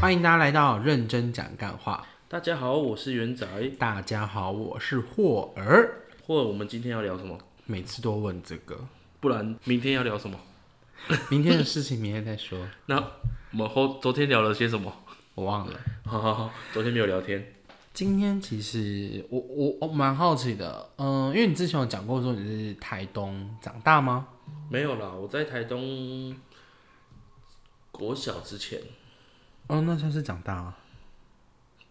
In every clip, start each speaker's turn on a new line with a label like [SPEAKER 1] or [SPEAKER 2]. [SPEAKER 1] 欢迎大家来到认真讲干话。
[SPEAKER 2] 大家好，我是元仔。
[SPEAKER 1] 大家好，我是霍儿。
[SPEAKER 2] 或者我们今天要聊什么？
[SPEAKER 1] 每次都问这个，
[SPEAKER 2] 不然明天要聊什么？
[SPEAKER 1] 明天的事情明天再说，
[SPEAKER 2] 那我们后昨天聊了些什么？
[SPEAKER 1] 我忘了。
[SPEAKER 2] 好好好，昨天没有聊天。
[SPEAKER 1] 今天其实我我我蛮好奇的，嗯、因为你之前有讲过说你是台东长大吗？
[SPEAKER 2] 没有啦，我在台东国小之前，
[SPEAKER 1] 哦，那算是长大啊。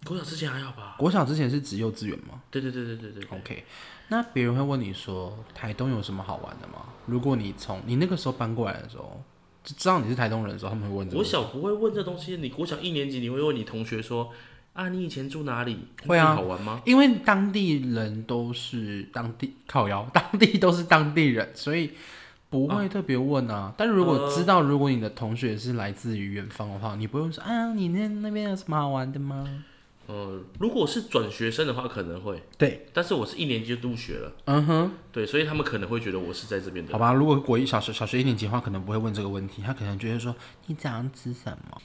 [SPEAKER 2] 国小之前还好吧？
[SPEAKER 1] 国小之前是只幼稚园吗
[SPEAKER 2] 对对对对对对，
[SPEAKER 1] ？OK，那别人会问你说台东有什么好玩的吗？如果你从你那个时候搬过来的时候，就知道你是台东人的时候，他们会问这
[SPEAKER 2] 国
[SPEAKER 1] 个。
[SPEAKER 2] 小不会问这东西。你国小一年级，你会问你同学说啊，你以前住哪里？
[SPEAKER 1] 会啊
[SPEAKER 2] 那里好玩吗？
[SPEAKER 1] 因为当地人都是当地靠腰， 当地都是当地人，所以不会特别问啊。但是如果知道，如果你的同学是来自于远方的话，你不用说啊，你那那边有什么好玩的吗？
[SPEAKER 2] 嗯，如果是转学生的话，可能会，
[SPEAKER 1] 对，
[SPEAKER 2] 但是我是一年级就入学了，
[SPEAKER 1] 嗯哼，
[SPEAKER 2] 对，所以他们可能会觉得我是在这边的。
[SPEAKER 1] 好吧。如果国一小学小学一年级的话，可能不会问这个问题，他可能觉得说你早上吃什么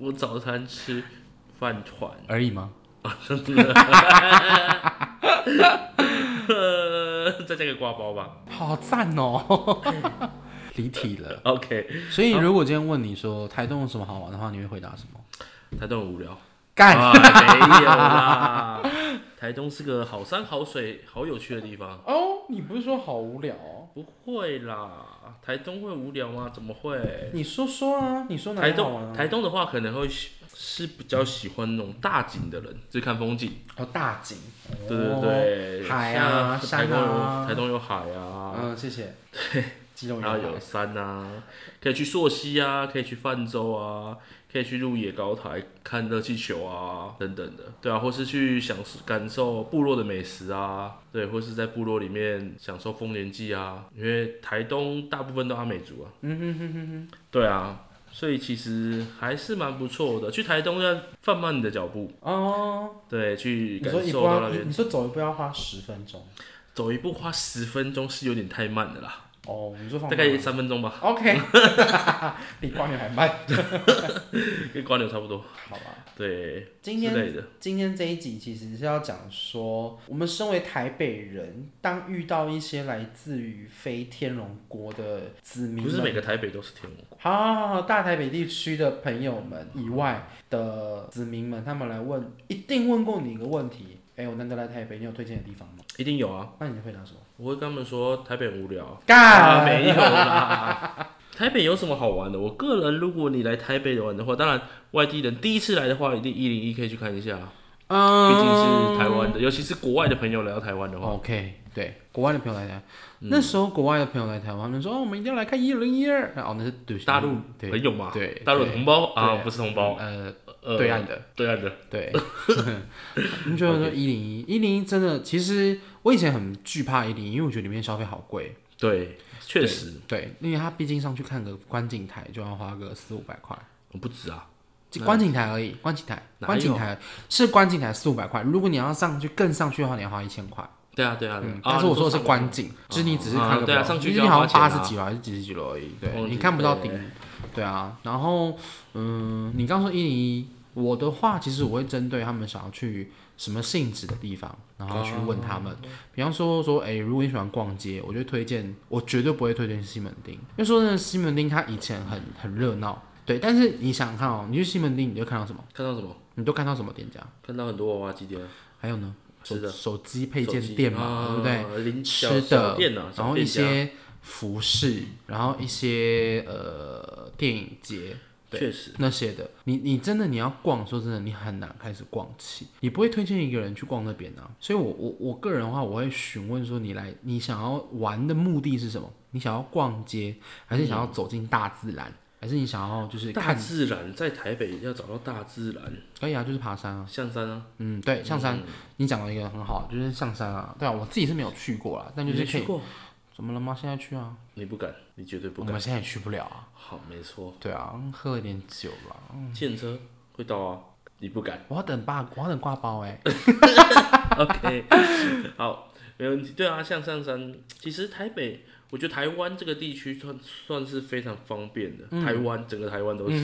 [SPEAKER 2] 我早餐吃饭团，
[SPEAKER 1] 而已吗？
[SPEAKER 2] 呃， 再加个挂包吧。
[SPEAKER 1] 好赞哦， 嗯离题了。
[SPEAKER 2] OK，
[SPEAKER 1] 所以如果今天问你说台东有什么好玩的话，你会回答什么？
[SPEAKER 2] 台东很无聊。
[SPEAKER 1] 干。
[SPEAKER 2] 啊，没有啦，台东是个好山好水好有趣的地方。
[SPEAKER 1] 哦，你不是说好无聊、哦？
[SPEAKER 2] 不会啦，台东会无聊吗？怎么会？
[SPEAKER 1] 你说说啊，你说哪
[SPEAKER 2] 台
[SPEAKER 1] 里好玩
[SPEAKER 2] 东
[SPEAKER 1] 啊？
[SPEAKER 2] 台东的话，可能会喜是比较喜欢那种大景的人，就是看风景。
[SPEAKER 1] 哦，大景，
[SPEAKER 2] 对对对，
[SPEAKER 1] 哦海啊
[SPEAKER 2] 像台
[SPEAKER 1] 山
[SPEAKER 2] 东
[SPEAKER 1] 啊
[SPEAKER 2] 有台东有海啊，
[SPEAKER 1] 嗯，谢 谢。基隆
[SPEAKER 2] 然后
[SPEAKER 1] 有
[SPEAKER 2] 有山啊，可以去溯溪啊，可以去泛舟啊，可以去入野高台看热气球啊，等等的，对啊，或是去享受感受部落的美食啊，对，或是在部落里面享受丰年祭啊，因为台东大部分都阿美族啊，嗯哼哼哼哼，对啊。所以其实还是蛮不错的，去台东要放慢你的脚步，
[SPEAKER 1] 哦。
[SPEAKER 2] 对，去
[SPEAKER 1] 你
[SPEAKER 2] 感
[SPEAKER 1] 说一
[SPEAKER 2] 受
[SPEAKER 1] 步
[SPEAKER 2] 到
[SPEAKER 1] 要，
[SPEAKER 2] 那
[SPEAKER 1] 你
[SPEAKER 2] 边
[SPEAKER 1] 你。说走一步要花十分钟
[SPEAKER 2] 走一步花十分钟是有点太慢的啦，
[SPEAKER 1] 哦，你说放
[SPEAKER 2] 大概三分钟吧，
[SPEAKER 1] OK，比光年还慢，
[SPEAKER 2] 跟瓜牛差不多。
[SPEAKER 1] 好吧？
[SPEAKER 2] 对，
[SPEAKER 1] 今天
[SPEAKER 2] 之类的。
[SPEAKER 1] 今天这一集其实是要讲说，我们身为台北人，当遇到一些来自于非天龙国的子民们，
[SPEAKER 2] 不是每个台北都是天龙，
[SPEAKER 1] 好好好好，大台北地区的朋友们以外的子民们，他们来问，一定问过你一个问题：哎、我难得来台北，你有推荐的地方吗？
[SPEAKER 2] 一定有啊！
[SPEAKER 1] 那你会回答什么？
[SPEAKER 2] 我会跟他们说台北很无聊，
[SPEAKER 1] 干、
[SPEAKER 2] 啊没有啦。 台北有什么好玩的？我个人，如果你来台北玩的话，当然外地人第一次来的话，一定一零一可以去看一下，毕
[SPEAKER 1] 嗯，
[SPEAKER 2] 竟是台湾的，尤其是国外的朋友来到台湾的话，
[SPEAKER 1] OK，对，国外的朋友来台，
[SPEAKER 2] 嗯
[SPEAKER 1] 那时候国外的朋友来台湾，他们说、哦、我们一定要来看一零一二，哦，那是对
[SPEAKER 2] 大陆
[SPEAKER 1] 对
[SPEAKER 2] 朋友嘛，
[SPEAKER 1] 对
[SPEAKER 2] 大陆的
[SPEAKER 1] 对
[SPEAKER 2] 同胞啊，
[SPEAKER 1] 对
[SPEAKER 2] 不是同胞，
[SPEAKER 1] 呃
[SPEAKER 2] 呃，
[SPEAKER 1] 对岸的，
[SPEAKER 2] 对岸的，
[SPEAKER 1] 对， 你觉得 说一零一一零一真的，其实我以前很惧怕一零一，因为我觉得里面消费好贵。
[SPEAKER 2] 对，确实
[SPEAKER 1] 对，因为他毕竟上去看个观景台就要花个四五百块，
[SPEAKER 2] 不止啊，
[SPEAKER 1] 就观景台而已，观景台，
[SPEAKER 2] 哪
[SPEAKER 1] 观景台是观景台四五百块，如果你要上去更上去的话，你要花一千块。
[SPEAKER 2] 对啊，对啊，对啊
[SPEAKER 1] 嗯，
[SPEAKER 2] 啊
[SPEAKER 1] 但是我说的是
[SPEAKER 2] 你
[SPEAKER 1] 观景，就是你只是看
[SPEAKER 2] 啊
[SPEAKER 1] 个
[SPEAKER 2] 对啊
[SPEAKER 1] 表，
[SPEAKER 2] 上去
[SPEAKER 1] 就是
[SPEAKER 2] 就
[SPEAKER 1] 你
[SPEAKER 2] 要
[SPEAKER 1] 好像
[SPEAKER 2] 花
[SPEAKER 1] 八
[SPEAKER 2] 钱啊
[SPEAKER 1] 十几楼还是几十几楼而已，对
[SPEAKER 2] 忘记
[SPEAKER 1] 你看不到顶
[SPEAKER 2] 对。
[SPEAKER 1] 对啊，然后嗯，你刚说一零一，我的话其实我会针对他们想要去什么性质的地方，然后去问他们。
[SPEAKER 2] 哦
[SPEAKER 1] 比方说说，哎、如果你喜欢逛街，我就推荐，我绝对不会推荐西门町，因为说真的，西门町它以前很很热闹，对。但是你想想看哦，你去西门町，你就看到什么？
[SPEAKER 2] 看到什么？
[SPEAKER 1] 你都看到什么店家？
[SPEAKER 2] 看到很多娃娃机店啊，
[SPEAKER 1] 还有呢，
[SPEAKER 2] 吃
[SPEAKER 1] 手
[SPEAKER 2] 的
[SPEAKER 1] 手机配件
[SPEAKER 2] 手机
[SPEAKER 1] 店嘛，
[SPEAKER 2] 啊
[SPEAKER 1] 对不对？
[SPEAKER 2] 零小
[SPEAKER 1] 吃
[SPEAKER 2] 小
[SPEAKER 1] 的
[SPEAKER 2] 店啊，，小
[SPEAKER 1] 然后
[SPEAKER 2] 店
[SPEAKER 1] 一
[SPEAKER 2] 家
[SPEAKER 1] 些服饰，然后一些呃电影节。对
[SPEAKER 2] 确实
[SPEAKER 1] 那些的，你你真的你要逛，说真的，你很难开始逛起，你不会推荐一个人去逛那边啊。所以我，我我个人的话，我会询问说，你来，你想要玩的目的是什么？你想要逛街，还是想要走进大自然，还是你想要就是
[SPEAKER 2] 大
[SPEAKER 1] 看？
[SPEAKER 2] 自然在台北要找到大自然，
[SPEAKER 1] 可以啊，就是爬山啊。
[SPEAKER 2] 象山啊，
[SPEAKER 1] 嗯，对，象山，你讲到一个很好，就是象山啊。对啊，我自己是没有去过啦，但就是
[SPEAKER 2] 你
[SPEAKER 1] 可
[SPEAKER 2] 去
[SPEAKER 1] 以。
[SPEAKER 2] 过，
[SPEAKER 1] 怎么了吗？现在去啊？
[SPEAKER 2] 你不敢，你绝对不
[SPEAKER 1] 我
[SPEAKER 2] 敢。
[SPEAKER 1] 们现在也
[SPEAKER 2] 嗯
[SPEAKER 1] 去不了啊。
[SPEAKER 2] 好，没错，嗯
[SPEAKER 1] 对啊，喝了点酒啦。
[SPEAKER 2] 建车会到啊，你不敢
[SPEAKER 1] 我要等挂，我要等挂包哎、
[SPEAKER 2] ？OK，好，没问题。对啊，像上山，其实台北，我觉得台湾这个地区算算是非常方便的。台湾整个台湾都是，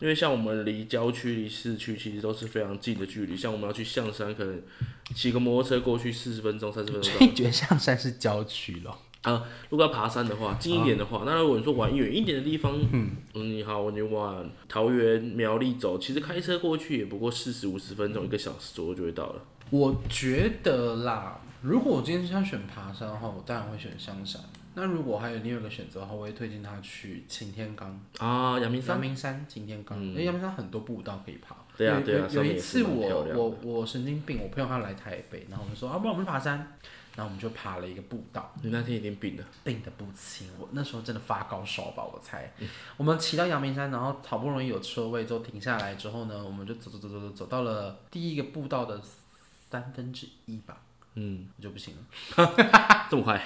[SPEAKER 2] 因为像我们离郊区、离市区其实都是非常近的距离。像我们要去象山，可能骑个摩托车过去四十分钟、三十分钟
[SPEAKER 1] 所以你觉得象山是郊区咯？
[SPEAKER 2] 啊，如果要爬山的话，近一点的话，
[SPEAKER 1] 啊
[SPEAKER 2] 那如果你说玩远一点的地方，嗯，你好，你往桃园、苗栗走，其实开车过去也不过四十五十分钟，一个小时左右就会到了。
[SPEAKER 1] 我觉得啦，如果我今天是要选爬山的话，我当然会选象山。那如果还有另外一个选择的话，我会推荐他去擎天岗。
[SPEAKER 2] 啊，阳明山
[SPEAKER 1] 阳明山、嗯擎天岗，因为阳明山很多步道可以爬。
[SPEAKER 2] 对啊
[SPEAKER 1] 有
[SPEAKER 2] 对啊
[SPEAKER 1] 有
[SPEAKER 2] 上
[SPEAKER 1] 有
[SPEAKER 2] 面
[SPEAKER 1] 一
[SPEAKER 2] 也
[SPEAKER 1] 次
[SPEAKER 2] 是蛮漂
[SPEAKER 1] 我
[SPEAKER 2] 亮的
[SPEAKER 1] 我我神经病，我朋友他来台北，然后我们说啊，不然我们去爬山，然后我们就爬了一个步道，
[SPEAKER 2] 你那天一定病了，
[SPEAKER 1] 病得不轻。我那时候真的发高烧吧，我猜。我们骑到阳明山，然后好不容易有车位之后停下来之后呢，我们就走走走走走走到了第一个步道的三分之一吧，
[SPEAKER 2] 嗯，
[SPEAKER 1] 我就不行了。
[SPEAKER 2] 这么快，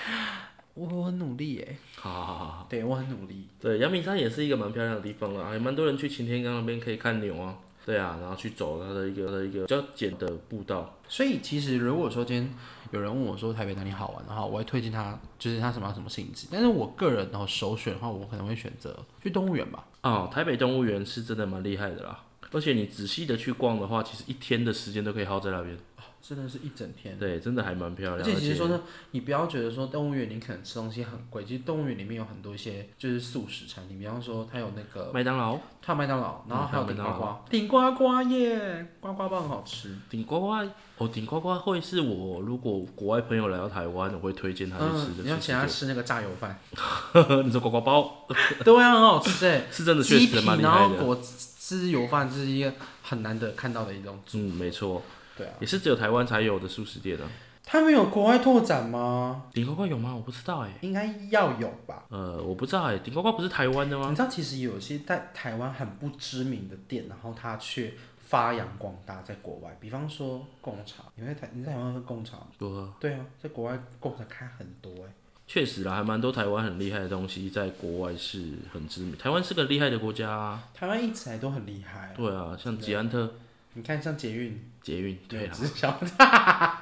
[SPEAKER 1] 我我很努力耶，
[SPEAKER 2] 好好好好好。
[SPEAKER 1] 对我很努力。
[SPEAKER 2] 对，阳明山也是一个蛮漂亮的地方啊啦，还蛮多人去擎天岗那边可以看牛啊。对啊，然后去走它的一个它的一个比较简的步道，
[SPEAKER 1] 所以其实如果说今天有人问我说台北哪里好玩的话，我会推荐他就是他什么什么性质。但是我个人然后首选的话，我可能会选择去动物园吧。
[SPEAKER 2] 哦，台北动物园是真的蛮厉害的啦。而且你仔细的去逛的话，其实一天的时间都可以耗在那边。
[SPEAKER 1] 真的是一整天。
[SPEAKER 2] 对，真的还蛮漂
[SPEAKER 1] 而
[SPEAKER 2] 亮。
[SPEAKER 1] 且
[SPEAKER 2] 而
[SPEAKER 1] 其实
[SPEAKER 2] 且
[SPEAKER 1] 说呢，你不要觉得说动物园你可能吃东西很贵，其实动物园里面有很多一些就是素食产品，比方说它有那个
[SPEAKER 2] 麦当劳
[SPEAKER 1] 它有麦当劳，然后还有顶
[SPEAKER 2] 嗯麦
[SPEAKER 1] 呱
[SPEAKER 2] 当
[SPEAKER 1] 呱，顶呱呱耶，呱呱棒很好吃。
[SPEAKER 2] 顶呱呱，哦，顶呱呱会是我如果国外朋友来到台湾，我会推荐他去
[SPEAKER 1] 嗯，
[SPEAKER 2] 吃的。
[SPEAKER 1] 你要请他吃那个炸油饭，
[SPEAKER 2] 你说呱呱包
[SPEAKER 1] 对啊，很好吃哎。
[SPEAKER 2] 是 真的，确
[SPEAKER 1] 鸡
[SPEAKER 2] 实
[SPEAKER 1] 皮
[SPEAKER 2] 蛮厉
[SPEAKER 1] 然
[SPEAKER 2] 害
[SPEAKER 1] 后
[SPEAKER 2] 的。
[SPEAKER 1] 果汁油饭是一个很难得看到的一种，
[SPEAKER 2] 嗯，没错，
[SPEAKER 1] 对啊。
[SPEAKER 2] 也是只有台湾才有的素食店啊。
[SPEAKER 1] 他们有国外拓展吗？
[SPEAKER 2] 顶呱呱有吗？我不知道哎、
[SPEAKER 1] 应该要有吧。
[SPEAKER 2] 呃，我不知道哎、顶呱呱不是台湾的吗？
[SPEAKER 1] 你知道，其实有些在台湾很不知名的店，然后它却发扬光大在国外。比方说贡茶，你会在台你在台湾喝贡茶吗？
[SPEAKER 2] 不，
[SPEAKER 1] 对啊，在国外贡茶开很多哎、
[SPEAKER 2] 确实啦，还蛮多台湾很厉害的东西在国外是很知名。台湾是个厉害的国家、啊，
[SPEAKER 1] 台湾一直以来都很厉害。
[SPEAKER 2] 对啊，像捷安特
[SPEAKER 1] 你看，像捷运，
[SPEAKER 2] 捷运，对
[SPEAKER 1] 对，
[SPEAKER 2] 啊，
[SPEAKER 1] 只是想，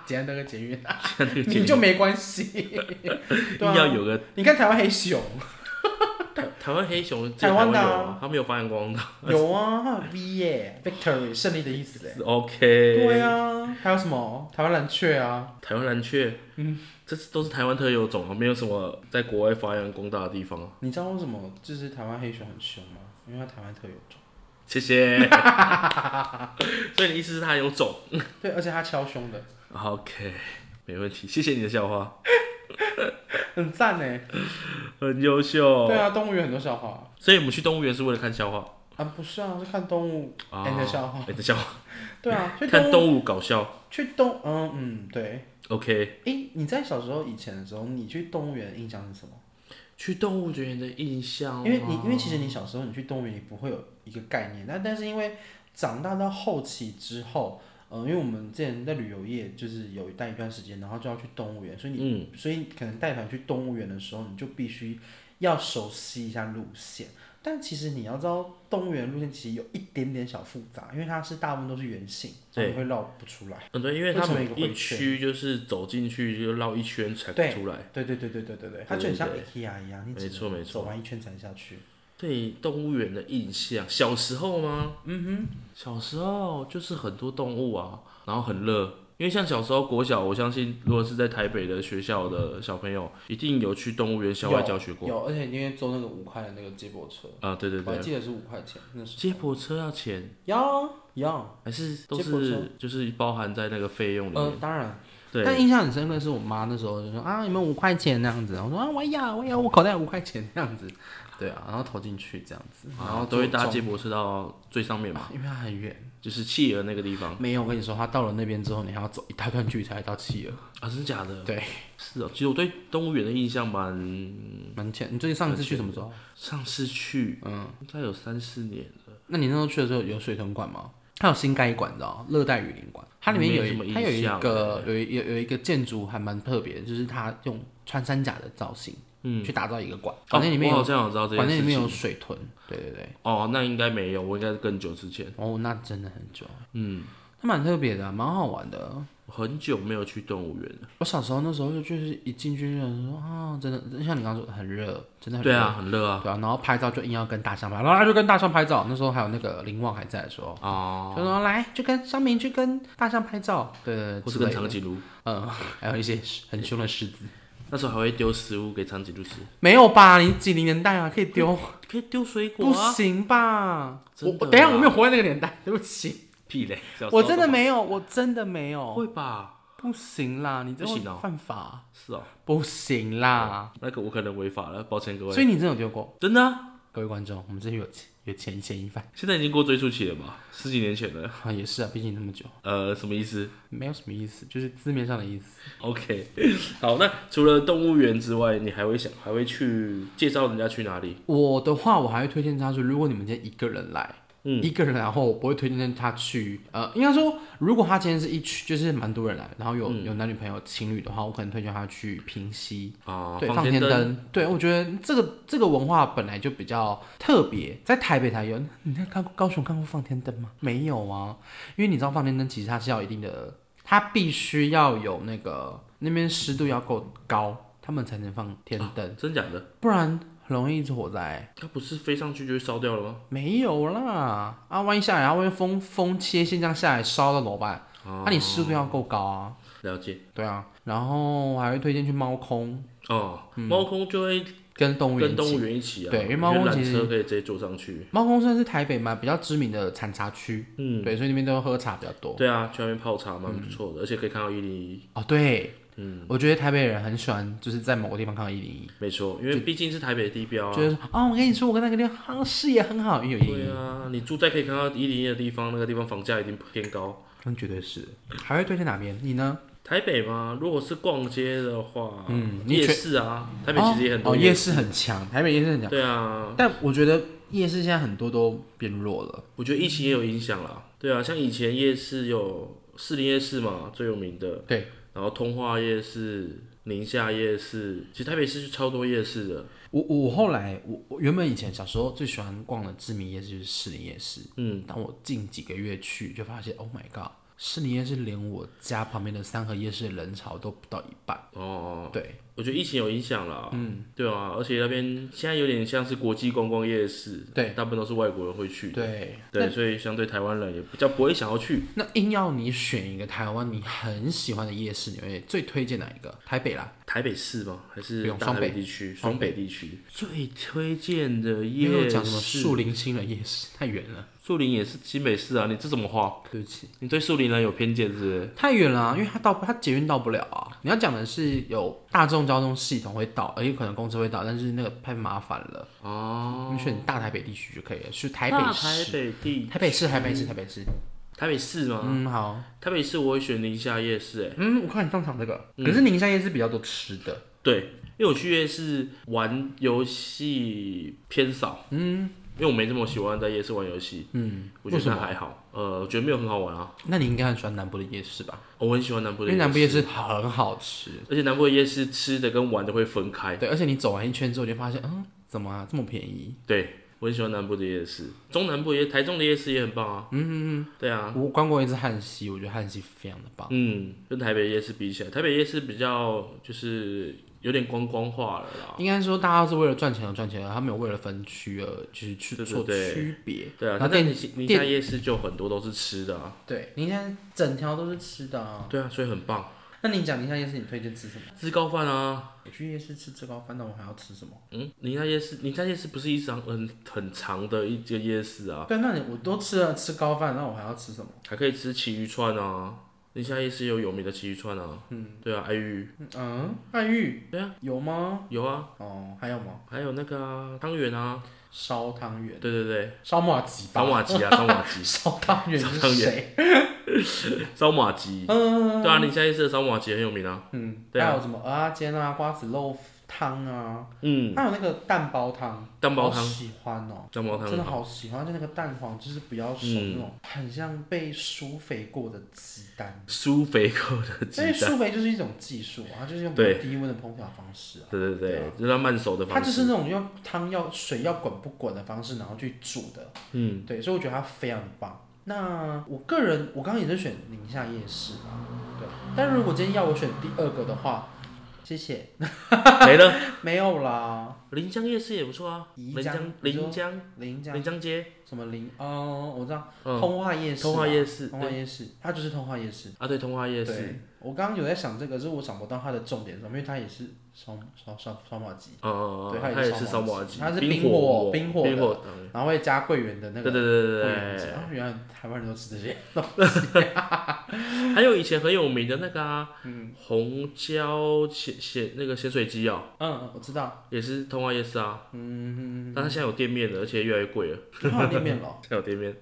[SPEAKER 1] 捷安那个捷运，
[SPEAKER 2] 像这个捷
[SPEAKER 1] 你
[SPEAKER 2] 运
[SPEAKER 1] 就没关系。
[SPEAKER 2] 一
[SPEAKER 1] 对
[SPEAKER 2] 定
[SPEAKER 1] 啊
[SPEAKER 2] 要有个
[SPEAKER 1] 你看台湾黑熊
[SPEAKER 2] 台台湾黑熊，只
[SPEAKER 1] 台
[SPEAKER 2] 有台
[SPEAKER 1] 湾
[SPEAKER 2] 湾
[SPEAKER 1] 的
[SPEAKER 2] 有
[SPEAKER 1] 啊
[SPEAKER 2] 啊，他没有发扬光大。
[SPEAKER 1] 有啊，它有 V 耶、v i c t o r y 胜利的意思哎、
[SPEAKER 2] 是 OK，
[SPEAKER 1] 对啊，还有什么台湾蓝雀啊？
[SPEAKER 2] 台湾蓝雀，嗯，这是都是台湾特有种啊，没有什么在国外发扬光大的地方啊。
[SPEAKER 1] 你知道为什么就是台湾黑熊很凶吗？因为它台湾特有种。
[SPEAKER 2] 谢谢。所以你意思是它有种
[SPEAKER 1] 对，而且它超凶的，
[SPEAKER 2] ？OK，没问题，谢谢你的笑话，
[SPEAKER 1] 很赞呢。
[SPEAKER 2] 很优秀
[SPEAKER 1] 对。啊，动物园很多笑话
[SPEAKER 2] 所以我们去动物园是为了看笑话
[SPEAKER 1] 啊，不是啊，是看动物。
[SPEAKER 2] 啊，
[SPEAKER 1] And 笑 话
[SPEAKER 2] ，and 笑话，
[SPEAKER 1] 对啊，去
[SPEAKER 2] 看
[SPEAKER 1] 动物
[SPEAKER 2] 动物搞笑。
[SPEAKER 1] 去动，嗯嗯，对。
[SPEAKER 2] OK，
[SPEAKER 1] 诶，你在小时候以前的时候，你去动物园的印象是什么？
[SPEAKER 2] 去动物园的印象吗，
[SPEAKER 1] 因为你因为其实你小时候你去动物园，你不会有一个概念，但但是因为长大到后期之后。嗯，因为我们之前在旅游业就是有待一段时间，然后就要去动物园，所以你
[SPEAKER 2] 嗯，
[SPEAKER 1] 所以可能带团去动物园的时候，你就必须要熟悉一下路线。但其实你要知道，动物园路线其实有一点点小复杂，因为它是大部分都是圆形，所以
[SPEAKER 2] 对
[SPEAKER 1] 你会绕不出来。
[SPEAKER 2] 嗯对，因为他
[SPEAKER 1] 会成为一
[SPEAKER 2] 们
[SPEAKER 1] 个回
[SPEAKER 2] 一区就是走进去就绕一圈才
[SPEAKER 1] 对
[SPEAKER 2] 出来。
[SPEAKER 1] 对对对对对对对，它
[SPEAKER 2] 对
[SPEAKER 1] 就很像
[SPEAKER 2] 对
[SPEAKER 1] IKEA 一样，你
[SPEAKER 2] 没
[SPEAKER 1] 只
[SPEAKER 2] 错
[SPEAKER 1] 能
[SPEAKER 2] 没
[SPEAKER 1] 走完一圈才下去。
[SPEAKER 2] 对动物园的印象，小时候吗？嗯哼，小时候就是很多动物啊，然后很热，因为像小时候国小，我相信如果是在台北的学校的小朋友，一定有去动物园校外教学过
[SPEAKER 1] 有，而且因为坐那个五块的那个接驳车，
[SPEAKER 2] 啊。对对
[SPEAKER 1] 我还
[SPEAKER 2] 对，嗯
[SPEAKER 1] 记得是五块钱，那是
[SPEAKER 2] 接驳车要钱，
[SPEAKER 1] 要要，
[SPEAKER 2] 还是都
[SPEAKER 1] 接驳车
[SPEAKER 2] 是就是包含在那个费用里面？
[SPEAKER 1] 呃，当然。
[SPEAKER 2] 对，
[SPEAKER 1] 但印象很深刻是我妈那时候就说啊，有没有五块钱那样子？我说啊，我要，我要，我口袋有五块钱那样子。对啊，然后投进去这样子，然后
[SPEAKER 2] 啊都会搭
[SPEAKER 1] 坐
[SPEAKER 2] 接驳车到最上面嘛，
[SPEAKER 1] 啊
[SPEAKER 2] 嗯
[SPEAKER 1] 因为它很远。
[SPEAKER 2] 就是企鹅那个地方
[SPEAKER 1] 没有，我跟你说，他到了那边之后，你还要走一大段距离才到企鹅。
[SPEAKER 2] 啊，真的假的？
[SPEAKER 1] 对，
[SPEAKER 2] 是哦。其实我对动物园的印象蛮
[SPEAKER 1] 蛮浅。你最近上一次去什么时候？
[SPEAKER 2] 上次去，嗯，应该有三四年了。
[SPEAKER 1] 那你那时候去的时候有水豚馆吗？它有新盖一馆，你知道吗？热带雨林馆，它里面有
[SPEAKER 2] 没什
[SPEAKER 1] 一
[SPEAKER 2] 么印
[SPEAKER 1] 它有一
[SPEAKER 2] 象
[SPEAKER 1] 个有一有有一个建筑还蛮特别的，就是它用穿山甲的造型，去打造一个馆，反正里
[SPEAKER 2] 嗯哦
[SPEAKER 1] 面
[SPEAKER 2] 我
[SPEAKER 1] 有
[SPEAKER 2] 好像有知道这
[SPEAKER 1] 馆内里
[SPEAKER 2] 件事
[SPEAKER 1] 面
[SPEAKER 2] 情。
[SPEAKER 1] 有水豚，对对对，
[SPEAKER 2] 哦，那应该没有，我应该是更久之前。
[SPEAKER 1] 哦，那真的很久，
[SPEAKER 2] 嗯，
[SPEAKER 1] 它蛮特别的啊、蛮好玩的。
[SPEAKER 2] 很久没有去动物园了。
[SPEAKER 1] 我小时候那时候就就是一进去就想说啊，真的像你刚刚说的很热，真的很热
[SPEAKER 2] 对啊，很热啊。
[SPEAKER 1] 对啊，然后拍照就硬要跟大象拍，然后就跟大象拍照。那时候还有那个林旺还在的时候，
[SPEAKER 2] 哦，
[SPEAKER 1] 就说来就跟香明去跟大象拍照，对对对，
[SPEAKER 2] 或是
[SPEAKER 1] 之类
[SPEAKER 2] 跟
[SPEAKER 1] 的
[SPEAKER 2] 长颈鹿，
[SPEAKER 1] 嗯，还有一些很凶的狮子，
[SPEAKER 2] 那时候还会丢食物给长颈鹿吃，
[SPEAKER 1] 没有吧？你几零年代啊？可以丢？
[SPEAKER 2] 可以丢水
[SPEAKER 1] 不
[SPEAKER 2] 果哎啊。
[SPEAKER 1] 行吧？我
[SPEAKER 2] 真的
[SPEAKER 1] 我等一下
[SPEAKER 2] 啦
[SPEAKER 1] 我没有活在那个年代，对不起，
[SPEAKER 2] 屁嘞，小时候
[SPEAKER 1] 我真的
[SPEAKER 2] 干嘛
[SPEAKER 1] 没有，我真的没有，
[SPEAKER 2] 会吧？
[SPEAKER 1] 不行啦，你这
[SPEAKER 2] 不行哦哦
[SPEAKER 1] 犯法，
[SPEAKER 2] 是哦，
[SPEAKER 1] 不行啦。
[SPEAKER 2] 那个我可能违法了，抱歉各
[SPEAKER 1] 所
[SPEAKER 2] 位。
[SPEAKER 1] 以你真的有丢过？
[SPEAKER 2] 真的啊，
[SPEAKER 1] 各位观众，我们这是有前有前嫌疑犯
[SPEAKER 2] 现在已经过追溯期了吧？十几年前了。
[SPEAKER 1] 啊，也是啊，毕竟那么久，
[SPEAKER 2] 呃，什么意思
[SPEAKER 1] 没有什么意思，就是字面上的意思。
[SPEAKER 2] ？OK，好， 那除了动物园之外，你还会想还会去介绍人家去哪里？
[SPEAKER 1] 我的话，我还会推荐他说，如果你们今天一个人来，
[SPEAKER 2] 嗯，
[SPEAKER 1] 一个人来的话，我不会推荐他去。呃，应该说，如果他今天是一区，就是蛮多人来，然后有、有男女朋友、情侣的话，我可能推荐他去平溪。
[SPEAKER 2] 啊，
[SPEAKER 1] 对，
[SPEAKER 2] 放
[SPEAKER 1] 放天
[SPEAKER 2] 灯，
[SPEAKER 1] 灯，对我觉得这个这个文化本来就比较特别，在台北才有。你在看过高雄看过放天灯吗？没有啊，因为你知道放天灯其实它是要有一定的，它必须要有那个那边湿度要够高，他们才能放天灯，
[SPEAKER 2] 真假的？
[SPEAKER 1] 不然很容易一直火灾。
[SPEAKER 2] 它不是飞上去就会烧掉了吗？
[SPEAKER 1] 没有啦，啊，万一下来，啊万一风风切线这样下来烧了怎么办？啊，你湿度要够高啊，
[SPEAKER 2] 了解
[SPEAKER 1] 对啊。然后我还会推荐去猫空
[SPEAKER 2] 哦，猫空就会
[SPEAKER 1] 跟嗯动物园
[SPEAKER 2] 跟
[SPEAKER 1] 一
[SPEAKER 2] 动
[SPEAKER 1] 起
[SPEAKER 2] 物园一起啊，
[SPEAKER 1] 对因为猫空
[SPEAKER 2] 缆
[SPEAKER 1] 其实
[SPEAKER 2] 车可以直接坐上去。
[SPEAKER 1] 猫空算是台北嘛比较知名的产茶区，
[SPEAKER 2] 嗯，
[SPEAKER 1] 对，所以那边都喝茶比较多。
[SPEAKER 2] 对啊，去那边泡茶蛮不错的，而且可以看到一零一。
[SPEAKER 1] 哦，对，嗯，我觉得台北人很喜欢就是在某个地方看到一零一，
[SPEAKER 2] 没错，因为毕竟是台北地标啊。
[SPEAKER 1] 觉得说哦，我跟你说，我跟那个地方啊视野很好，因为有一零
[SPEAKER 2] 对啊，你住在可以看到一零一的地方，那个地方房价一定偏高。
[SPEAKER 1] 一，那绝对是。还会推荐哪边？你呢？
[SPEAKER 2] 台北吗？如果是逛街的话，
[SPEAKER 1] 嗯你
[SPEAKER 2] 夜
[SPEAKER 1] 觉
[SPEAKER 2] 市啊，台北其实也很多、
[SPEAKER 1] 哦，夜市很强，台北夜市很强，
[SPEAKER 2] 对啊，
[SPEAKER 1] 但我觉得夜市现在很多都变弱了。
[SPEAKER 2] 我觉得疫情也有影响啦。对啊，像以前夜市有士林夜市嘛，最有名的。
[SPEAKER 1] 对。
[SPEAKER 2] 然后通化夜市、宁夏夜市，其实台北市就超多夜市的。
[SPEAKER 1] 我我后来我我原本以前小时候最喜欢逛的知名夜市就是士林夜市，
[SPEAKER 2] 嗯，
[SPEAKER 1] 当我近几个月去，就发现 Oh my God，士林夜市连我家旁边的三合夜市的人潮都不到一半。
[SPEAKER 2] 哦，
[SPEAKER 1] 对，
[SPEAKER 2] 我觉得疫情有影响啦。嗯，对啊，而且那边现在有点像是国际观光夜市，
[SPEAKER 1] 对
[SPEAKER 2] 大部分都是外国人会去的。
[SPEAKER 1] 对，
[SPEAKER 2] 对，所以相对台湾人也比较不会想要去。
[SPEAKER 1] 那硬要你选一个台湾你很喜欢的夜市，你会最推荐哪一个？台北啦，
[SPEAKER 2] 台北市吗？还是
[SPEAKER 1] 不用
[SPEAKER 2] 大
[SPEAKER 1] 双
[SPEAKER 2] 台
[SPEAKER 1] 北
[SPEAKER 2] 北地区？
[SPEAKER 1] 双
[SPEAKER 2] 双北地区最推荐的
[SPEAKER 1] 没
[SPEAKER 2] 夜
[SPEAKER 1] 有
[SPEAKER 2] 市，
[SPEAKER 1] 讲什么树林新的夜市，太远了，
[SPEAKER 2] 树林也是新北市啊，你这怎么画？
[SPEAKER 1] 对不起，
[SPEAKER 2] 你对树林人有偏见是不是？
[SPEAKER 1] 太远了啊、因为它到它捷运到不了啊。你要讲的是有大众交通系统会到，而有可能公车会到，但是那个太麻烦了，
[SPEAKER 2] 哦，
[SPEAKER 1] 你选大台北地区就可以了，去台
[SPEAKER 2] 大
[SPEAKER 1] 北
[SPEAKER 2] 台
[SPEAKER 1] 市。
[SPEAKER 2] 北地，
[SPEAKER 1] 台北市，台北市，台北市。
[SPEAKER 2] 台北市吗？
[SPEAKER 1] 嗯，好。
[SPEAKER 2] 台北市我会选宁夏夜市、欸，
[SPEAKER 1] 嗯，我看你上场这个，可是宁夏夜市比较多吃的。
[SPEAKER 2] 对，因为我去夜市玩游戏偏少，嗯，因为我没这么喜欢在夜市玩游戏，
[SPEAKER 1] 嗯，
[SPEAKER 2] 我觉
[SPEAKER 1] 为什
[SPEAKER 2] 得
[SPEAKER 1] 么
[SPEAKER 2] 那还好，呃，我觉得没有很好玩啊，
[SPEAKER 1] 那你应该很喜欢南部的夜市吧？
[SPEAKER 2] 我很喜欢南部
[SPEAKER 1] 因为
[SPEAKER 2] 的夜市，
[SPEAKER 1] 南部夜市很好吃。
[SPEAKER 2] 而且南部的夜市吃的跟玩的会分开。
[SPEAKER 1] 对，而且你走完一圈之后，你就发现，嗯，怎么啊，这么便宜？
[SPEAKER 2] 对，我很喜欢南部的夜市，中南部的夜，台中的夜市也很棒啊。嗯嗯嗯，对啊，
[SPEAKER 1] 我逛过一次汉西，我觉得汉西非常的棒。
[SPEAKER 2] 嗯，跟台北夜市比起来，台北夜市比较就是有点观光化了啦。
[SPEAKER 1] 应该说，大家都是为了赚钱而赚钱，而他没有为了分区而就是去
[SPEAKER 2] 对对
[SPEAKER 1] 做
[SPEAKER 2] 对
[SPEAKER 1] 区别。
[SPEAKER 2] 对啊，
[SPEAKER 1] 然后
[SPEAKER 2] 但
[SPEAKER 1] 店
[SPEAKER 2] 宁宁夏夜市就很多都是吃的啊。
[SPEAKER 1] 对，宁夏整条都是吃的啊。
[SPEAKER 2] 对啊，所以很棒，
[SPEAKER 1] 那你讲宁夏夜市，你推荐吃什么？
[SPEAKER 2] 自高饭啊。
[SPEAKER 1] 我去夜市吃这高饭，那我还要吃什么？
[SPEAKER 2] 嗯，宁夏夜市，宁夏夜市不是一张很很长的一个夜市啊，
[SPEAKER 1] 对，那你我都吃了吃高饭，那我还要吃什么？
[SPEAKER 2] 还可以吃旗鱼串啊。宁夏夜市有有名的旗鱼串啊。嗯，对啊，爱玉
[SPEAKER 1] 嗯，爱玉
[SPEAKER 2] 对
[SPEAKER 1] 啊，有吗？
[SPEAKER 2] 有啊，
[SPEAKER 1] 哦，还有吗？
[SPEAKER 2] 还有那个啊汤圆啊。
[SPEAKER 1] 烧汤圆、
[SPEAKER 2] 对对对，
[SPEAKER 1] 烧马吉吧
[SPEAKER 2] 烧，马吉啊，烧马吉。
[SPEAKER 1] 烧汤圆是
[SPEAKER 2] 烧汤圆
[SPEAKER 1] 谁？
[SPEAKER 2] 烧马鸡，对啊，你下一次的烧马鸡很有名啊，
[SPEAKER 1] 嗯，
[SPEAKER 2] 对啊
[SPEAKER 1] 还有什么鹅啊煎啊、瓜子肉汤啊，
[SPEAKER 2] 嗯，
[SPEAKER 1] 还有那个蛋包汤，
[SPEAKER 2] 蛋包
[SPEAKER 1] 好
[SPEAKER 2] 汤，
[SPEAKER 1] 喜欢哦，
[SPEAKER 2] 蛋包汤
[SPEAKER 1] 真的
[SPEAKER 2] 很好，
[SPEAKER 1] 好喜欢，就那个蛋黄就是比较熟
[SPEAKER 2] 嗯
[SPEAKER 1] 那种，很像被疏肥过的鸡蛋。
[SPEAKER 2] 酥肥口的鸡
[SPEAKER 1] 但哎是啊
[SPEAKER 2] 蛋，
[SPEAKER 1] 疏肥就是一种技术啊，它就是用
[SPEAKER 2] 对
[SPEAKER 1] 低温的烹调方式啊，
[SPEAKER 2] 对对
[SPEAKER 1] 对
[SPEAKER 2] 对，就是它慢熟的
[SPEAKER 1] 它
[SPEAKER 2] 方
[SPEAKER 1] 就是
[SPEAKER 2] 式，
[SPEAKER 1] 那种用汤要水要滚不滚的方式，然后去煮的。
[SPEAKER 2] 嗯，
[SPEAKER 1] 对，所以我觉得它非常棒。那我个人，我刚刚也是选宁夏夜市啊，对。但如果今天要我选第二个的话，谢谢，
[SPEAKER 2] 没了。
[SPEAKER 1] 没有啦。
[SPEAKER 2] 临江夜市也不错啊，
[SPEAKER 1] 宜
[SPEAKER 2] 临
[SPEAKER 1] 江
[SPEAKER 2] 江
[SPEAKER 1] 你说
[SPEAKER 2] 临江
[SPEAKER 1] 临江
[SPEAKER 2] 临江街，
[SPEAKER 1] 什么临？哦，我知道，
[SPEAKER 2] 嗯，
[SPEAKER 1] 通化夜市啊。
[SPEAKER 2] 通化夜市
[SPEAKER 1] 通化夜市，它就是通化夜市。
[SPEAKER 2] 啊对，通化夜市，
[SPEAKER 1] 对，我刚刚有在想这个，是我想不到它的重点是什么，因为它也是烧烧烧烧马鸡，
[SPEAKER 2] 哦，
[SPEAKER 1] 对它也
[SPEAKER 2] 它
[SPEAKER 1] 是
[SPEAKER 2] 也是
[SPEAKER 1] 烧
[SPEAKER 2] 烧
[SPEAKER 1] 麻
[SPEAKER 2] 麻
[SPEAKER 1] 鸡
[SPEAKER 2] 鸡，
[SPEAKER 1] 它是
[SPEAKER 2] 冰
[SPEAKER 1] 冰火冰
[SPEAKER 2] 冰
[SPEAKER 1] 火的
[SPEAKER 2] 火汤，
[SPEAKER 1] 然后会加桂圆的那个
[SPEAKER 2] 对对对
[SPEAKER 1] 桂
[SPEAKER 2] 对
[SPEAKER 1] 圆
[SPEAKER 2] 对
[SPEAKER 1] 鸡。啊，原来台湾人都吃这些。
[SPEAKER 2] 对，还有以前很有名的那个啊，红椒咸咸那个咸水鸡哦，
[SPEAKER 1] 嗯，我知 道，
[SPEAKER 2] 也是通化夜市啊，
[SPEAKER 1] 嗯，
[SPEAKER 2] 但它现在有店面了，而且越来越贵了，
[SPEAKER 1] 很好店面了。
[SPEAKER 2] 现在有店面，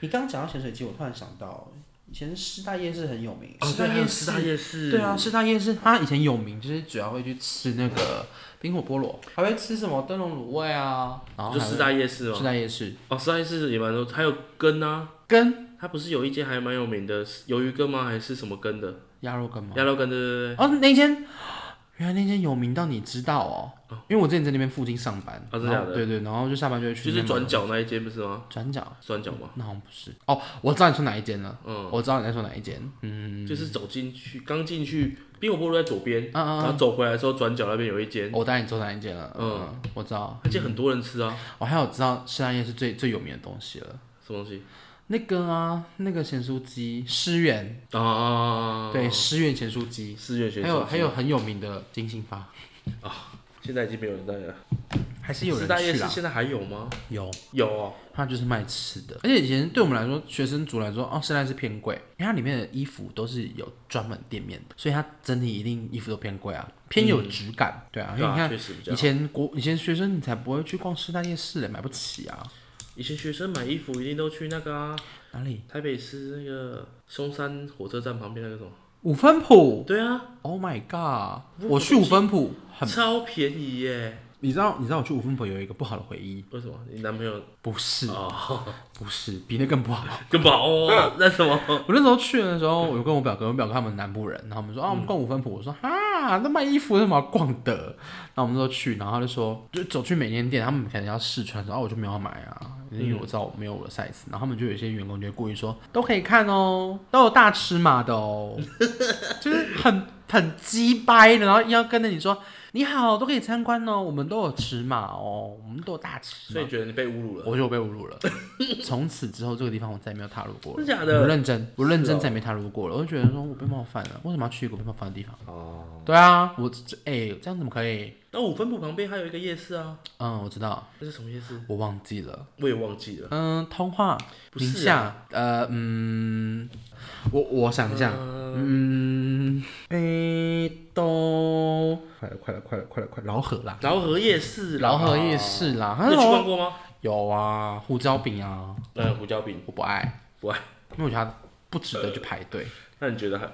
[SPEAKER 1] 你刚刚讲到咸水鸡，我突然想到，以前师大夜市很有名。
[SPEAKER 2] 哦
[SPEAKER 1] 师
[SPEAKER 2] 对，
[SPEAKER 1] 大
[SPEAKER 2] 还有
[SPEAKER 1] 夜
[SPEAKER 2] 师
[SPEAKER 1] 市，
[SPEAKER 2] 大夜市，
[SPEAKER 1] 对啊，，师大夜市它以前有名，就是主要会去吃那个冰火菠萝，还会吃什么灯笼卤味啊，然后
[SPEAKER 2] 就
[SPEAKER 1] 还
[SPEAKER 2] 师
[SPEAKER 1] 会
[SPEAKER 2] 大夜市哦，
[SPEAKER 1] 师大夜市
[SPEAKER 2] 哦，师大夜市也蛮多，还有羹啊，
[SPEAKER 1] 跟
[SPEAKER 2] 它不是有一间还蛮有名的是鱿鱼羹吗？还是什么羹的？
[SPEAKER 1] 鸭肉羹吗？
[SPEAKER 2] 鸭肉羹，对对对对，
[SPEAKER 1] 哦，那间原来那间有名到你知道哦，因为我之前在那边附近上班，
[SPEAKER 2] 哦真的
[SPEAKER 1] 然后
[SPEAKER 2] 假的
[SPEAKER 1] 对对，然后就下班就会去
[SPEAKER 2] 就
[SPEAKER 1] 那边
[SPEAKER 2] 是
[SPEAKER 1] 买，
[SPEAKER 2] 转角那一间不是吗？
[SPEAKER 1] 转角，
[SPEAKER 2] 转角吗？
[SPEAKER 1] 那好像不是哦，我知道你说哪一间了，
[SPEAKER 2] 嗯，
[SPEAKER 1] 我知道你在说哪一间，嗯，
[SPEAKER 2] 就是走进去，刚进去，冰火菠萝在左边，
[SPEAKER 1] 啊啊，
[SPEAKER 2] 然后走回来的时候，转角那边有一间，
[SPEAKER 1] 我带你说哪一间了，
[SPEAKER 2] 嗯
[SPEAKER 1] 嗯，我知道，
[SPEAKER 2] 而且很多人吃啊，
[SPEAKER 1] 我哦还有知道西大夜是最最有名的东西了，
[SPEAKER 2] 什么东西
[SPEAKER 1] 那个啊，那个咸酥鸡，诗源，
[SPEAKER 2] 啊？
[SPEAKER 1] 对，，诗源咸酥鸡，
[SPEAKER 2] 四月学
[SPEAKER 1] 还有还有很有名的金星发，
[SPEAKER 2] 现在已经没有人在了。
[SPEAKER 1] 还是有
[SPEAKER 2] 四
[SPEAKER 1] 人
[SPEAKER 2] 大
[SPEAKER 1] 去
[SPEAKER 2] 夜
[SPEAKER 1] 啊
[SPEAKER 2] 市
[SPEAKER 1] 啦，
[SPEAKER 2] 现在还有吗？
[SPEAKER 1] 有。
[SPEAKER 2] 有哦，
[SPEAKER 1] 它就是卖吃的，而且以前对我们来说，学生族来说，哦，圣诞是偏贵，因为它里面的衣服都是有专门店面的，所以它整体一定衣服都偏贵啊，偏有质感，对啊，因
[SPEAKER 2] 嗯对
[SPEAKER 1] 为你
[SPEAKER 2] 啊，
[SPEAKER 1] 看、
[SPEAKER 2] 确实比较
[SPEAKER 1] 以。前国以前学生你才不会去逛师大夜市嘞，买不起啊，
[SPEAKER 2] 以前学生买衣服一定都去那个啊，
[SPEAKER 1] 哪里
[SPEAKER 2] 台北市那个松山火车站旁边那个什么？
[SPEAKER 1] 五分埔
[SPEAKER 2] 对啊，
[SPEAKER 1] ，Oh my god，我去五分埔很，
[SPEAKER 2] 超便宜耶！
[SPEAKER 1] 你知道你知道我去五分埔有一个不好的回忆，
[SPEAKER 2] 为什么？你男朋友
[SPEAKER 1] 不是
[SPEAKER 2] 哦，
[SPEAKER 1] 不是，比那更不好。
[SPEAKER 2] 跟宝哦，那什么？
[SPEAKER 1] 我那时候去的时候，我跟我表哥，我表哥他们南部人，然后我们说啊，我们逛五分埔，我说啊，那卖衣服有什么好逛的？然后我们就去，然后他就说，就走去每间店，他们可能要试穿，说啊，我就没有要买啊，因为我知道我没有我的 size。然后他们就有一些员工就会故意说，都可以看哦，都有大尺码的哦，就是很很鸡掰的，然后硬要跟着你说，你好，都可以参观哦，我们都有尺码哦，我们都有大尺码
[SPEAKER 2] 所以，觉得你被侮辱了？
[SPEAKER 1] 我就被侮辱了。 从此之后，这个地方我再也没有踏入过了。
[SPEAKER 2] 真假
[SPEAKER 1] 我
[SPEAKER 2] 的？
[SPEAKER 1] 认真，我认真
[SPEAKER 2] 哦
[SPEAKER 1] 再也没踏入过了。我就觉得说我被冒犯了，为什么要去一个被冒犯的地方？
[SPEAKER 2] 哦，
[SPEAKER 1] 对啊，我这哎、这样怎么可以？
[SPEAKER 2] 那五分埔旁边还有一个夜市啊，
[SPEAKER 1] 嗯，我知道，
[SPEAKER 2] 那是什么夜市？
[SPEAKER 1] 我忘记了。
[SPEAKER 2] 我也忘记了。
[SPEAKER 1] 嗯，通话
[SPEAKER 2] 不
[SPEAKER 1] 宁
[SPEAKER 2] 是
[SPEAKER 1] 夏，
[SPEAKER 2] 啊
[SPEAKER 1] 呃，嗯，我我想一下，
[SPEAKER 2] 呃
[SPEAKER 1] 嗯，哎、都快了，快了，快了，快了，快了饶河啦，
[SPEAKER 2] 饶河夜市啦，
[SPEAKER 1] 饶河夜市啦，
[SPEAKER 2] 你有去
[SPEAKER 1] 啊
[SPEAKER 2] 逛过吗？
[SPEAKER 1] 有啊，胡椒饼啊，
[SPEAKER 2] 嗯，胡椒饼。
[SPEAKER 1] 我不爱，
[SPEAKER 2] 不爱，
[SPEAKER 1] 因为我觉得它不值得去排队。
[SPEAKER 2] 那你觉得还有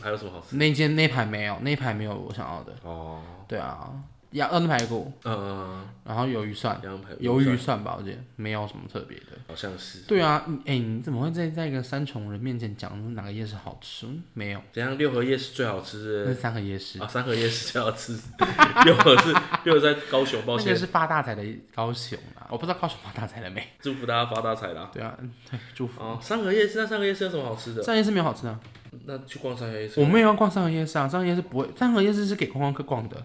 [SPEAKER 2] 还有什么好吃？
[SPEAKER 1] 那间那排没有，那排没有我想要的。
[SPEAKER 2] 哦，
[SPEAKER 1] 对啊，羊肉排骨，
[SPEAKER 2] 嗯，
[SPEAKER 1] 然后鱿鱼蒜，
[SPEAKER 2] 羊排
[SPEAKER 1] 鱿鱼蒜吧，我记得没有什么特别的。
[SPEAKER 2] 好像是。
[SPEAKER 1] 对啊，你哎、你怎么会在在一个三重人面前讲哪个夜市好吃？没有，
[SPEAKER 2] 怎样？六合夜市最好吃
[SPEAKER 1] 那是三个夜市，
[SPEAKER 2] 啊，三合夜市最好吃。 六合是六合在高雄，抱
[SPEAKER 1] 那个
[SPEAKER 2] 歉，
[SPEAKER 1] 是发大财的高雄啦，我不知道高雄发大财了没。
[SPEAKER 2] 祝福大家发大财啦。
[SPEAKER 1] 对啊， 嗯对，祝福。
[SPEAKER 2] 哦，三合夜市，那三合夜市有什么好吃的？
[SPEAKER 1] 三合夜市没有好吃的啊，
[SPEAKER 2] 那去逛三合夜市
[SPEAKER 1] 我。们也要逛三合夜市啊。三合夜市不会，三合夜市是给观光客逛的，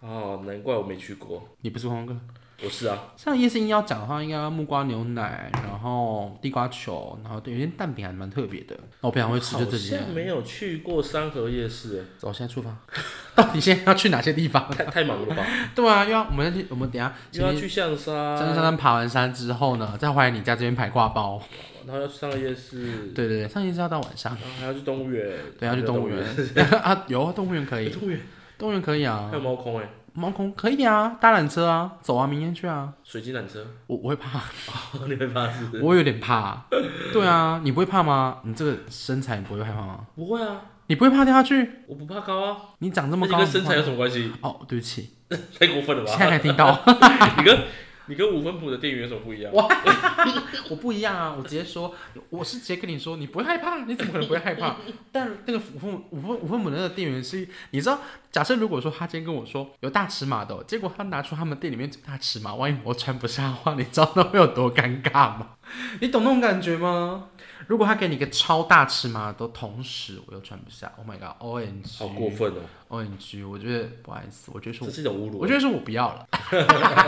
[SPEAKER 2] 哦，难怪我没去过。
[SPEAKER 1] 你不是观光客。
[SPEAKER 2] 我是啊，
[SPEAKER 1] 上夜市硬要讲的话，应该要木瓜牛奶，然后地瓜球，然后对，有些蛋饼还蛮特别的。那我平常会吃就这
[SPEAKER 2] 好
[SPEAKER 1] 些。
[SPEAKER 2] 像没有去过三合夜市，
[SPEAKER 1] 走，现在出发。 到底现在要去哪些地方
[SPEAKER 2] 哎？太太忙了吧？
[SPEAKER 1] 对啊，又要我们要去，我们等一下
[SPEAKER 2] 又要
[SPEAKER 1] 先去
[SPEAKER 2] 去象山，
[SPEAKER 1] 山山山爬完山之后呢，再回来你家这边排挂包。
[SPEAKER 2] 然后要去上夜市，
[SPEAKER 1] 对对对，上夜市要到晚上，
[SPEAKER 2] 然后还要去动物园，
[SPEAKER 1] 对，要去动物园 啊，有啊动物园可以，
[SPEAKER 2] 动物园
[SPEAKER 1] 动物园可以啊
[SPEAKER 2] 还，有猫空哎，
[SPEAKER 1] 猫空可以啊，搭缆车啊，走啊，明天去啊。
[SPEAKER 2] 水晶缆车，
[SPEAKER 1] 我我会怕，
[SPEAKER 2] 你会怕是不是？
[SPEAKER 1] 我有点怕。对啊，你不会怕吗？你这个身材你不会害怕吗？
[SPEAKER 2] 不会啊，
[SPEAKER 1] 你不会怕掉下去？
[SPEAKER 2] 我不怕高啊，
[SPEAKER 1] 你长
[SPEAKER 2] 那
[SPEAKER 1] 这么高，
[SPEAKER 2] 跟身材有什么关系？
[SPEAKER 1] 哦，对不起，
[SPEAKER 2] 太过分 了
[SPEAKER 1] 现在
[SPEAKER 2] 吧？
[SPEAKER 1] 才听到，
[SPEAKER 2] 你跟你跟五分谱的店员有什么不一样？
[SPEAKER 1] 我不一样啊！我直接说，我是直接跟你说，你不会害怕，你怎么可能不会害 怕？但那个五分五分五分母那个店员是，你知道，假设如果说他今天跟我说有大尺码的哦、结果他拿出他们店里面最大尺码，万一我穿不下的话，你知道那会有多尴尬吗？ 你懂那种感觉吗？如果他给你一个超大尺码的，同时我又穿不下，Oh my god，O N G，
[SPEAKER 2] 好过分哦、
[SPEAKER 1] ，O N G，我觉得不好意思，我觉得是
[SPEAKER 2] 这是一种侮辱。啊
[SPEAKER 1] 我觉得是我不要了，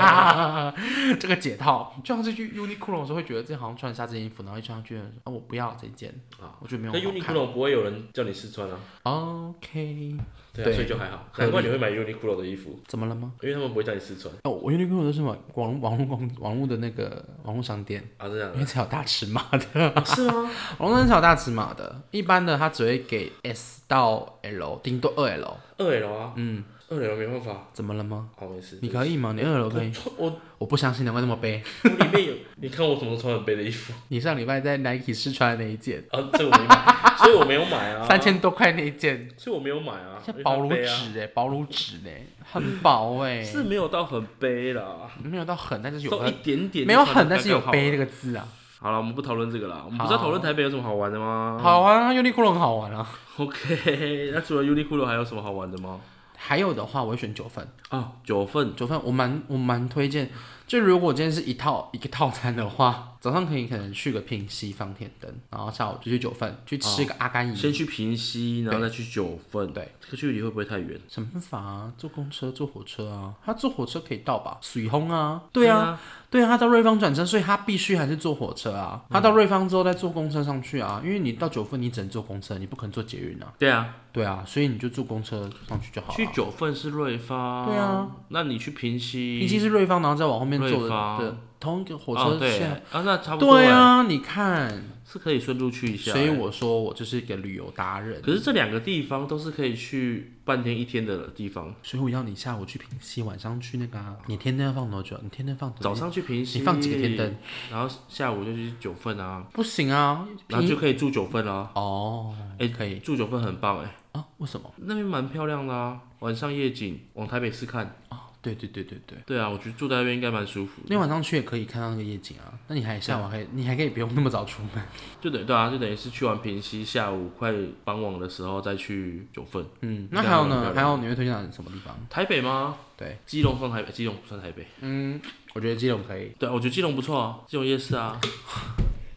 [SPEAKER 1] 这个解套，就像是去 Uniqlo 的时候会觉得自己好像穿得下这件衣服，然后一穿上去，啊，我不要这件，
[SPEAKER 2] 啊，
[SPEAKER 1] 我觉得没有
[SPEAKER 2] 那
[SPEAKER 1] 好看。
[SPEAKER 2] Uniqlo 不会有人叫你试穿啊，
[SPEAKER 1] OK，
[SPEAKER 2] 对啊，
[SPEAKER 1] 对
[SPEAKER 2] 所以就还好。
[SPEAKER 1] 合理
[SPEAKER 2] 难怪你会买 Uniqlo 的衣服，
[SPEAKER 1] 怎么了吗？
[SPEAKER 2] 因为他们不会叫你试穿
[SPEAKER 1] 哦，我 Uniqlo 都是网网网络网网络的那个网络商店，
[SPEAKER 2] 啊，这样
[SPEAKER 1] 因为才有大尺码的，
[SPEAKER 2] 啊是吗？
[SPEAKER 1] 网络商店才有大尺码的，一般的它只会给 S 到 L，顶多二 L。
[SPEAKER 2] 二 L 啊，
[SPEAKER 1] 嗯，
[SPEAKER 2] 二 L 没办法，
[SPEAKER 1] 怎么了吗？
[SPEAKER 2] 好没事。
[SPEAKER 1] 你可以吗？你二 L 可以？
[SPEAKER 2] 我我
[SPEAKER 1] 我不相信，难怪那么背。
[SPEAKER 2] 我里面有， 你看我什么时候穿很背的衣服
[SPEAKER 1] 你上礼拜在 Nike 试穿的那一件，
[SPEAKER 2] 啊？这个我没买， 所以我没有买啊，
[SPEAKER 1] 三，千多块那一件。
[SPEAKER 2] 所以我没有买啊，
[SPEAKER 1] 像
[SPEAKER 2] 因为它
[SPEAKER 1] 薄如
[SPEAKER 2] 背啊，
[SPEAKER 1] 纸哎、薄如纸哎、很薄哎、
[SPEAKER 2] 是没有到很背啦，
[SPEAKER 1] 没有到很，但是有
[SPEAKER 2] 都一
[SPEAKER 1] 很，
[SPEAKER 2] 点点，
[SPEAKER 1] 没有很，但是有
[SPEAKER 2] 背
[SPEAKER 1] 背这。个字啊，
[SPEAKER 2] 好了，我们不讨论这个啦，我们不
[SPEAKER 1] 好
[SPEAKER 2] 是要讨论台北有什么好玩的吗？
[SPEAKER 1] 好玩啊，Uniqlo 很好玩啊。
[SPEAKER 2] ，OK，那除了 Uniqlo 还有什么好玩的吗？
[SPEAKER 1] 还有的话，我会选九份，
[SPEAKER 2] 啊，九份
[SPEAKER 1] 九份我蛮我蛮推荐，就如果今天是一套一个套餐的话，早上可以可能去个平西放天灯，然后下午就去九份
[SPEAKER 2] 哦
[SPEAKER 1] 去吃个阿甘姨，
[SPEAKER 2] 先去平溪，然后再去九份。
[SPEAKER 1] 对，
[SPEAKER 2] 这个距离会不会太远？
[SPEAKER 1] 什么办法啊？坐公车坐火车啊，他坐火车可以到吧？水轰啊，对啊，
[SPEAKER 2] 啊，
[SPEAKER 1] 对啊，他到瑞芳转车，所以他必须还是坐火车啊。他到瑞芳之后再坐公车上去啊，因为你到九份你只能坐公车，你不可能坐捷运啊。
[SPEAKER 2] 对啊，
[SPEAKER 1] 对啊，所以你就坐公车上去就好
[SPEAKER 2] 去
[SPEAKER 1] 了。
[SPEAKER 2] 九份是瑞发。
[SPEAKER 1] 对啊，
[SPEAKER 2] 那你去平溪，
[SPEAKER 1] 已经是瑞芳，然后再往后面坐
[SPEAKER 2] 瑞芳
[SPEAKER 1] 的对同一个火
[SPEAKER 2] 哦
[SPEAKER 1] 车
[SPEAKER 2] 对
[SPEAKER 1] 线。
[SPEAKER 2] 啊，那差不多。哎
[SPEAKER 1] 对，啊，你看，
[SPEAKER 2] 是可以顺路去一下。哎
[SPEAKER 1] 所以我说我就是一个旅游达人，
[SPEAKER 2] 可是这两个地方都是可以去半天一天的地方，
[SPEAKER 1] 所以我要你下午去平溪，晚上去那个、啊。你天天要放多久？你天天放多久？
[SPEAKER 2] 早上去平溪，
[SPEAKER 1] 你放几个天灯？
[SPEAKER 2] 然后下午就去九份啊，
[SPEAKER 1] 不行啊，
[SPEAKER 2] 然后
[SPEAKER 1] 平
[SPEAKER 2] 就可以住九份啊。
[SPEAKER 1] 哦，
[SPEAKER 2] 哎
[SPEAKER 1] 可以
[SPEAKER 2] 住九份很棒哎，
[SPEAKER 1] 啊？为什么？
[SPEAKER 2] 那边蛮漂亮的啊，晚上夜景往台北市看。
[SPEAKER 1] 哦，对对对对对。
[SPEAKER 2] 对啊，我觉得住在那边应该蛮舒服的。
[SPEAKER 1] 那晚上去也可以看到那个夜景啊，那你还下午还可以，你还可以不用那么早出门。
[SPEAKER 2] 就等对啊，就等于是去完平溪，下午快傍晚的时候再去九份。
[SPEAKER 1] 嗯，
[SPEAKER 2] 这
[SPEAKER 1] 那还
[SPEAKER 2] 样
[SPEAKER 1] 有
[SPEAKER 2] 很
[SPEAKER 1] 呢？
[SPEAKER 2] 漂亮
[SPEAKER 1] 还有你会推荐什么地方？
[SPEAKER 2] 台北吗？
[SPEAKER 1] 对，
[SPEAKER 2] 基隆算台北，基隆不算台北。
[SPEAKER 1] 嗯，我觉得基隆可以。
[SPEAKER 2] 对啊，我觉得基隆不错啊，基隆夜市啊，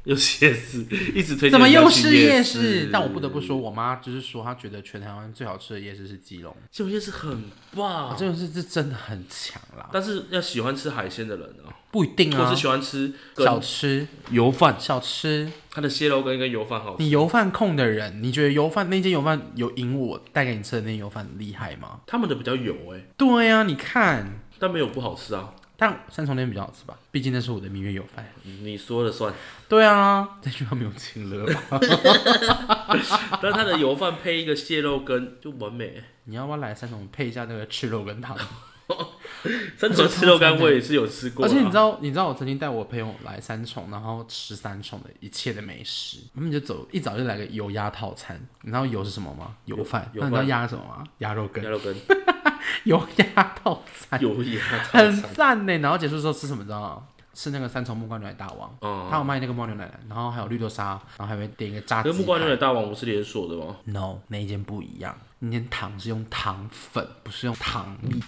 [SPEAKER 2] 又是夜市，一直推荐人家去市。
[SPEAKER 1] 怎么又是夜市？但我不得不说，我妈就是说，她觉得全台湾最好吃的夜市是基隆，
[SPEAKER 2] 基隆夜市很
[SPEAKER 1] 啊，
[SPEAKER 2] 棒，
[SPEAKER 1] 这个是这真的很强啦，
[SPEAKER 2] 但是要喜欢吃海鲜的人啊，
[SPEAKER 1] 不一定
[SPEAKER 2] 我
[SPEAKER 1] 啊
[SPEAKER 2] 是。喜欢吃
[SPEAKER 1] 小
[SPEAKER 2] 跟
[SPEAKER 1] 吃，
[SPEAKER 2] 油饭，
[SPEAKER 1] 小吃，
[SPEAKER 2] 它的蟹肉羹跟油饭好吃。
[SPEAKER 1] 你油饭控的人，你觉得油饭那间油饭有赢我带给你吃的那间油饭厉害吗？
[SPEAKER 2] 他们的比较油哎、
[SPEAKER 1] 对呀、你看，
[SPEAKER 2] 但没有不好吃啊，
[SPEAKER 1] 但三重那边比较好吃吧，毕竟那是我的蜜月油饭。
[SPEAKER 2] 嗯你说了算。
[SPEAKER 1] 对啊，这句话没有亲了吧？
[SPEAKER 2] 但是它的油饭配一个蟹肉羹就完美、欸。
[SPEAKER 1] 你要不要来三种配一下那个赤肉跟汤？
[SPEAKER 2] 三重吃肉干我也是有吃过啊
[SPEAKER 1] 而
[SPEAKER 2] 啦，
[SPEAKER 1] 且你知道，你知道我曾经带我朋友来三重，然后吃三重的一切的美食，他们就走一早就来个油鸭套餐。你知道油是什么吗？油饭。
[SPEAKER 2] 油
[SPEAKER 1] 那你知道
[SPEAKER 2] 饭
[SPEAKER 1] 鸭是什么吗？鸭肉羹。
[SPEAKER 2] 鸭肉羹。
[SPEAKER 1] 油鸭套餐，
[SPEAKER 2] 有牙套
[SPEAKER 1] 很
[SPEAKER 2] 餐。
[SPEAKER 1] 赞呢。然后结束之后吃什么？你知道吗？吃那个三重木瓜牛奶大王，
[SPEAKER 2] 嗯，
[SPEAKER 1] 他有卖那个木瓜牛奶，然后还有绿豆沙，然后还会点一个炸鸡
[SPEAKER 2] 跟
[SPEAKER 1] 排。
[SPEAKER 2] 木瓜牛奶大王不是连锁的吗？
[SPEAKER 1] No，那一间不一样，那间糖是用糖粉，不是用糖粒。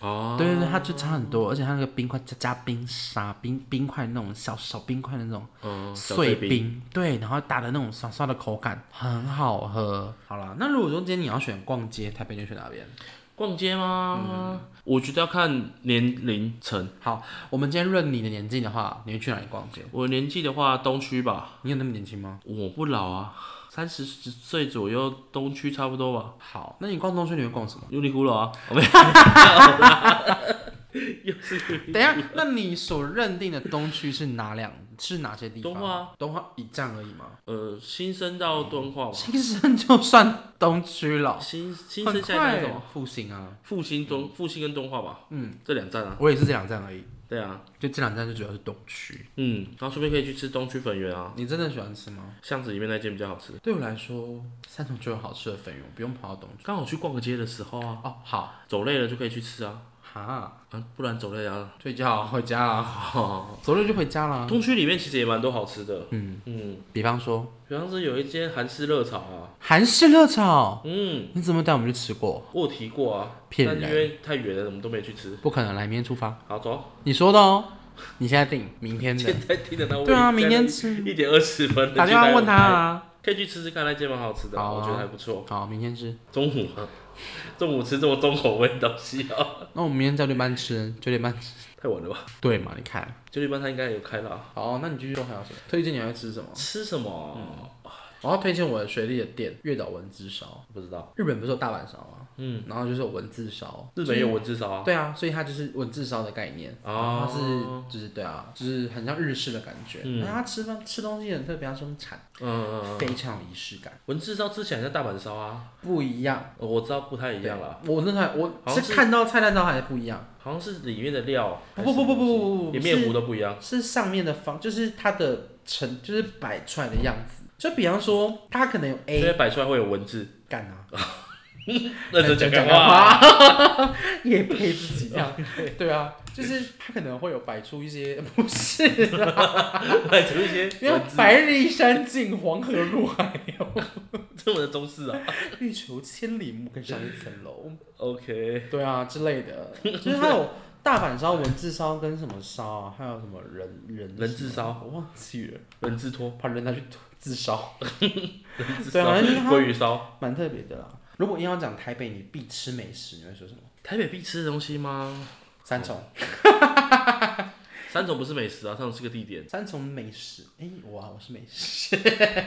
[SPEAKER 2] 哦，
[SPEAKER 1] 对对对，它就差很多，而且它那个冰块加加冰沙、冰冰块那种小小冰块的那种
[SPEAKER 2] 嗯，小
[SPEAKER 1] 碎
[SPEAKER 2] 冰，
[SPEAKER 1] 冰，对，然后打的那种爽爽的口感很好喝。好啦，那如果说今天你要选逛街，台北你会选哪边？
[SPEAKER 2] 逛街
[SPEAKER 1] 嗯
[SPEAKER 2] 吗？我觉得要看年龄层。
[SPEAKER 1] 好，我们今天论你的年纪的话，你会去哪里逛街？
[SPEAKER 2] 我年纪的话，东区吧，
[SPEAKER 1] 你有那么年轻吗？
[SPEAKER 2] 我不老啊，三十岁左右，东区差不多吧。
[SPEAKER 1] 好，那你逛东区你会逛什么？
[SPEAKER 2] 优衣库了 啊，我没有 又是
[SPEAKER 1] 等一下，那你所认定的东区是哪两是哪些地方？
[SPEAKER 2] 东化，啊
[SPEAKER 1] 东化一站而已吗？
[SPEAKER 2] 呃，新生到敦化吧，
[SPEAKER 1] 新生就算东区了，
[SPEAKER 2] 新新
[SPEAKER 1] 很
[SPEAKER 2] 生下来
[SPEAKER 1] 快
[SPEAKER 2] 那种
[SPEAKER 1] 复兴啊，
[SPEAKER 2] 复兴敦复兴跟敦化吧，嗯，这两站啊，
[SPEAKER 1] 我也是这两站而已，
[SPEAKER 2] 对啊，
[SPEAKER 1] 就这两站就主要是东区。
[SPEAKER 2] 嗯，然后顺便可以去吃东区粉圆啊，
[SPEAKER 1] 你真的喜欢吃吗？
[SPEAKER 2] 巷子里面那间比较好吃。
[SPEAKER 1] 对我来说，三重就有好吃的粉圆，不用跑到东区。
[SPEAKER 2] 刚好去逛个街的时候啊，
[SPEAKER 1] 哦，好
[SPEAKER 2] 走累了就可以去吃啊。
[SPEAKER 1] 啊，
[SPEAKER 2] 啊，不然走累啊。
[SPEAKER 1] 睡觉回家啊，走路就回家啦。
[SPEAKER 2] 东区里面其实也蛮多好吃的，
[SPEAKER 1] 嗯，
[SPEAKER 2] 嗯，
[SPEAKER 1] 比方说
[SPEAKER 2] 比方说有一间韩式热炒啊，
[SPEAKER 1] 韩式热炒，
[SPEAKER 2] 嗯，
[SPEAKER 1] 你怎么带我们去吃过？
[SPEAKER 2] 我有提过啊，
[SPEAKER 1] 骗
[SPEAKER 2] 但因
[SPEAKER 1] 人
[SPEAKER 2] 为太远了，我们都没去吃。
[SPEAKER 1] 不可能，来明天出发。
[SPEAKER 2] 好，走，
[SPEAKER 1] 你说的哦，你现在定，明天的
[SPEAKER 2] 现。在听得到。
[SPEAKER 1] 对啊，明天吃，
[SPEAKER 2] 一点二十分，
[SPEAKER 1] 打电话问他，啊。
[SPEAKER 2] 可以去吃吃看，那间蛮好吃的，
[SPEAKER 1] 好啊
[SPEAKER 2] 我觉得还不错。
[SPEAKER 1] 好，明天吃。
[SPEAKER 2] 中午啊， 中午吃这么重口味的东西啊，
[SPEAKER 1] 那我们明天九点半吃，九点半吃。
[SPEAKER 2] 太晚了吧？
[SPEAKER 1] 对嘛？你看。
[SPEAKER 2] 九点半他应该有开了啊。
[SPEAKER 1] 好，那你继续说还有什么？推荐你要吃什么？
[SPEAKER 2] 吃什
[SPEAKER 1] 嗯
[SPEAKER 2] 么？啊
[SPEAKER 1] 我要推荐我的学弟的店——月岛文字烧。
[SPEAKER 2] 不知道。
[SPEAKER 1] 日本不是有大阪烧吗？
[SPEAKER 2] 嗯，
[SPEAKER 1] 然后就是有文字烧。
[SPEAKER 2] 日本有文字烧啊。
[SPEAKER 1] 对啊，所以它就是文字烧的概念，
[SPEAKER 2] 哦
[SPEAKER 1] 它是就是对啊，就是很像日式的感觉。
[SPEAKER 2] 嗯
[SPEAKER 1] 然后它吃饭吃东西很特别，它是用铲，
[SPEAKER 2] 嗯，嗯
[SPEAKER 1] 非常有仪式感，
[SPEAKER 2] 嗯文字烧吃起来像大阪烧啊，
[SPEAKER 1] 不一样。
[SPEAKER 2] 呃我知道不太一样啦，
[SPEAKER 1] 对我那台我
[SPEAKER 2] 好像
[SPEAKER 1] 是看到菜单上还是不一样，
[SPEAKER 2] 好像是里面的料，
[SPEAKER 1] 哦不不不不不不不不
[SPEAKER 2] 连面糊都不一样。
[SPEAKER 1] 是上面的方，就是它的成，就是摆出来的样子。就比方说，它可能有
[SPEAKER 2] 因
[SPEAKER 1] A
[SPEAKER 2] 为摆出来会有文字，
[SPEAKER 1] 干啊，
[SPEAKER 2] 认真讲干话。
[SPEAKER 1] 话， 也配自己这样， 对啊，就是它可能会有摆出一些 不是啊，
[SPEAKER 2] 摆出 一些
[SPEAKER 1] 因为
[SPEAKER 2] 文字，
[SPEAKER 1] 白日依山尽，黄河入海哦。
[SPEAKER 2] 这么的中式啊。
[SPEAKER 1] 欲求千里目，更上一层楼。
[SPEAKER 2] OK，
[SPEAKER 1] 对啊，之类 的，就是它有大阪烧、文字烧跟什么烧啊，还有什么人人
[SPEAKER 2] 人字烧，
[SPEAKER 1] 我忘记了，
[SPEAKER 2] 文字拖，
[SPEAKER 1] 把人拿去自烧，
[SPEAKER 2] 文字
[SPEAKER 1] 对
[SPEAKER 2] 烧，
[SPEAKER 1] 啊因为它
[SPEAKER 2] 鲑鱼烧。
[SPEAKER 1] 蛮特别的啦。如果硬要讲台北你必吃美食，你会说什么？
[SPEAKER 2] 台北必吃的东西吗？
[SPEAKER 1] 三重，
[SPEAKER 2] 三重不是美食啊，三重是个地点。
[SPEAKER 1] 三重美食，哎、我啊，我是美食，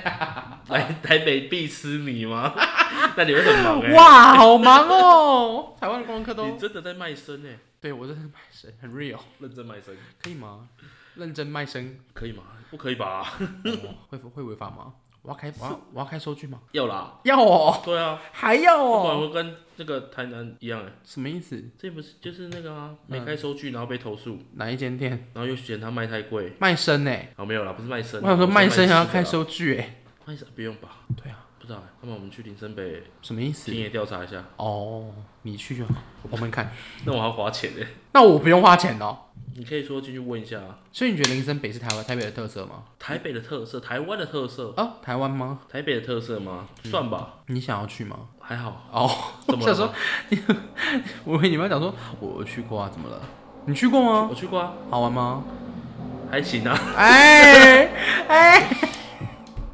[SPEAKER 1] 啊
[SPEAKER 2] 来台北必吃你吗？ 那你会很忙 哎、
[SPEAKER 1] 哇， 好忙 哦！台湾的观光客
[SPEAKER 2] 你真的在卖身哎、
[SPEAKER 1] 对我真的卖身，很 real，
[SPEAKER 2] 认真卖身，
[SPEAKER 1] 可以吗？认真卖身，
[SPEAKER 2] 可以吗？不可以吧？
[SPEAKER 1] 哦会会违法吗？我要开，我要我要开收据吗？
[SPEAKER 2] 要啦，
[SPEAKER 1] 要哦，
[SPEAKER 2] 对啊，
[SPEAKER 1] 还要
[SPEAKER 2] 不
[SPEAKER 1] 哦，
[SPEAKER 2] 然会跟那个台南一样哎、
[SPEAKER 1] 什么意思？
[SPEAKER 2] 这不是就是那个
[SPEAKER 1] 嗯
[SPEAKER 2] 啊，没开收据，然后被投诉，
[SPEAKER 1] 哪一间店
[SPEAKER 2] 然后又嫌他卖太贵。
[SPEAKER 1] 卖身呢、
[SPEAKER 2] 哦，没有啦，不是卖身
[SPEAKER 1] 我
[SPEAKER 2] 啊，
[SPEAKER 1] 想说卖身还要
[SPEAKER 2] 开
[SPEAKER 1] 开，收据哎、
[SPEAKER 2] 卖身不用吧？
[SPEAKER 1] 对啊，
[SPEAKER 2] 不知道、欸，那么我们去林森北
[SPEAKER 1] 什么意思
[SPEAKER 2] 田？野调查一下，
[SPEAKER 1] 哦，你去就好，我们看。
[SPEAKER 2] 那我还要花钱哎、
[SPEAKER 1] 那我不用花钱哦。
[SPEAKER 2] 你可以说进去问一下啊，
[SPEAKER 1] 所以你觉得林森北是台湾台北的特色吗？
[SPEAKER 2] 台北的特色，台湾的特色，
[SPEAKER 1] 啊，台湾吗？
[SPEAKER 2] 台北的特色吗？算吧，
[SPEAKER 1] 你想要去吗？
[SPEAKER 2] 还好。
[SPEAKER 1] 哦，
[SPEAKER 2] 怎么了
[SPEAKER 1] 嗯想说， 我以为你们要讲说我去过啊，怎么了？你去过吗？
[SPEAKER 2] 我去过啊，
[SPEAKER 1] 好玩吗？
[SPEAKER 2] 还行啊。
[SPEAKER 1] 哎哎，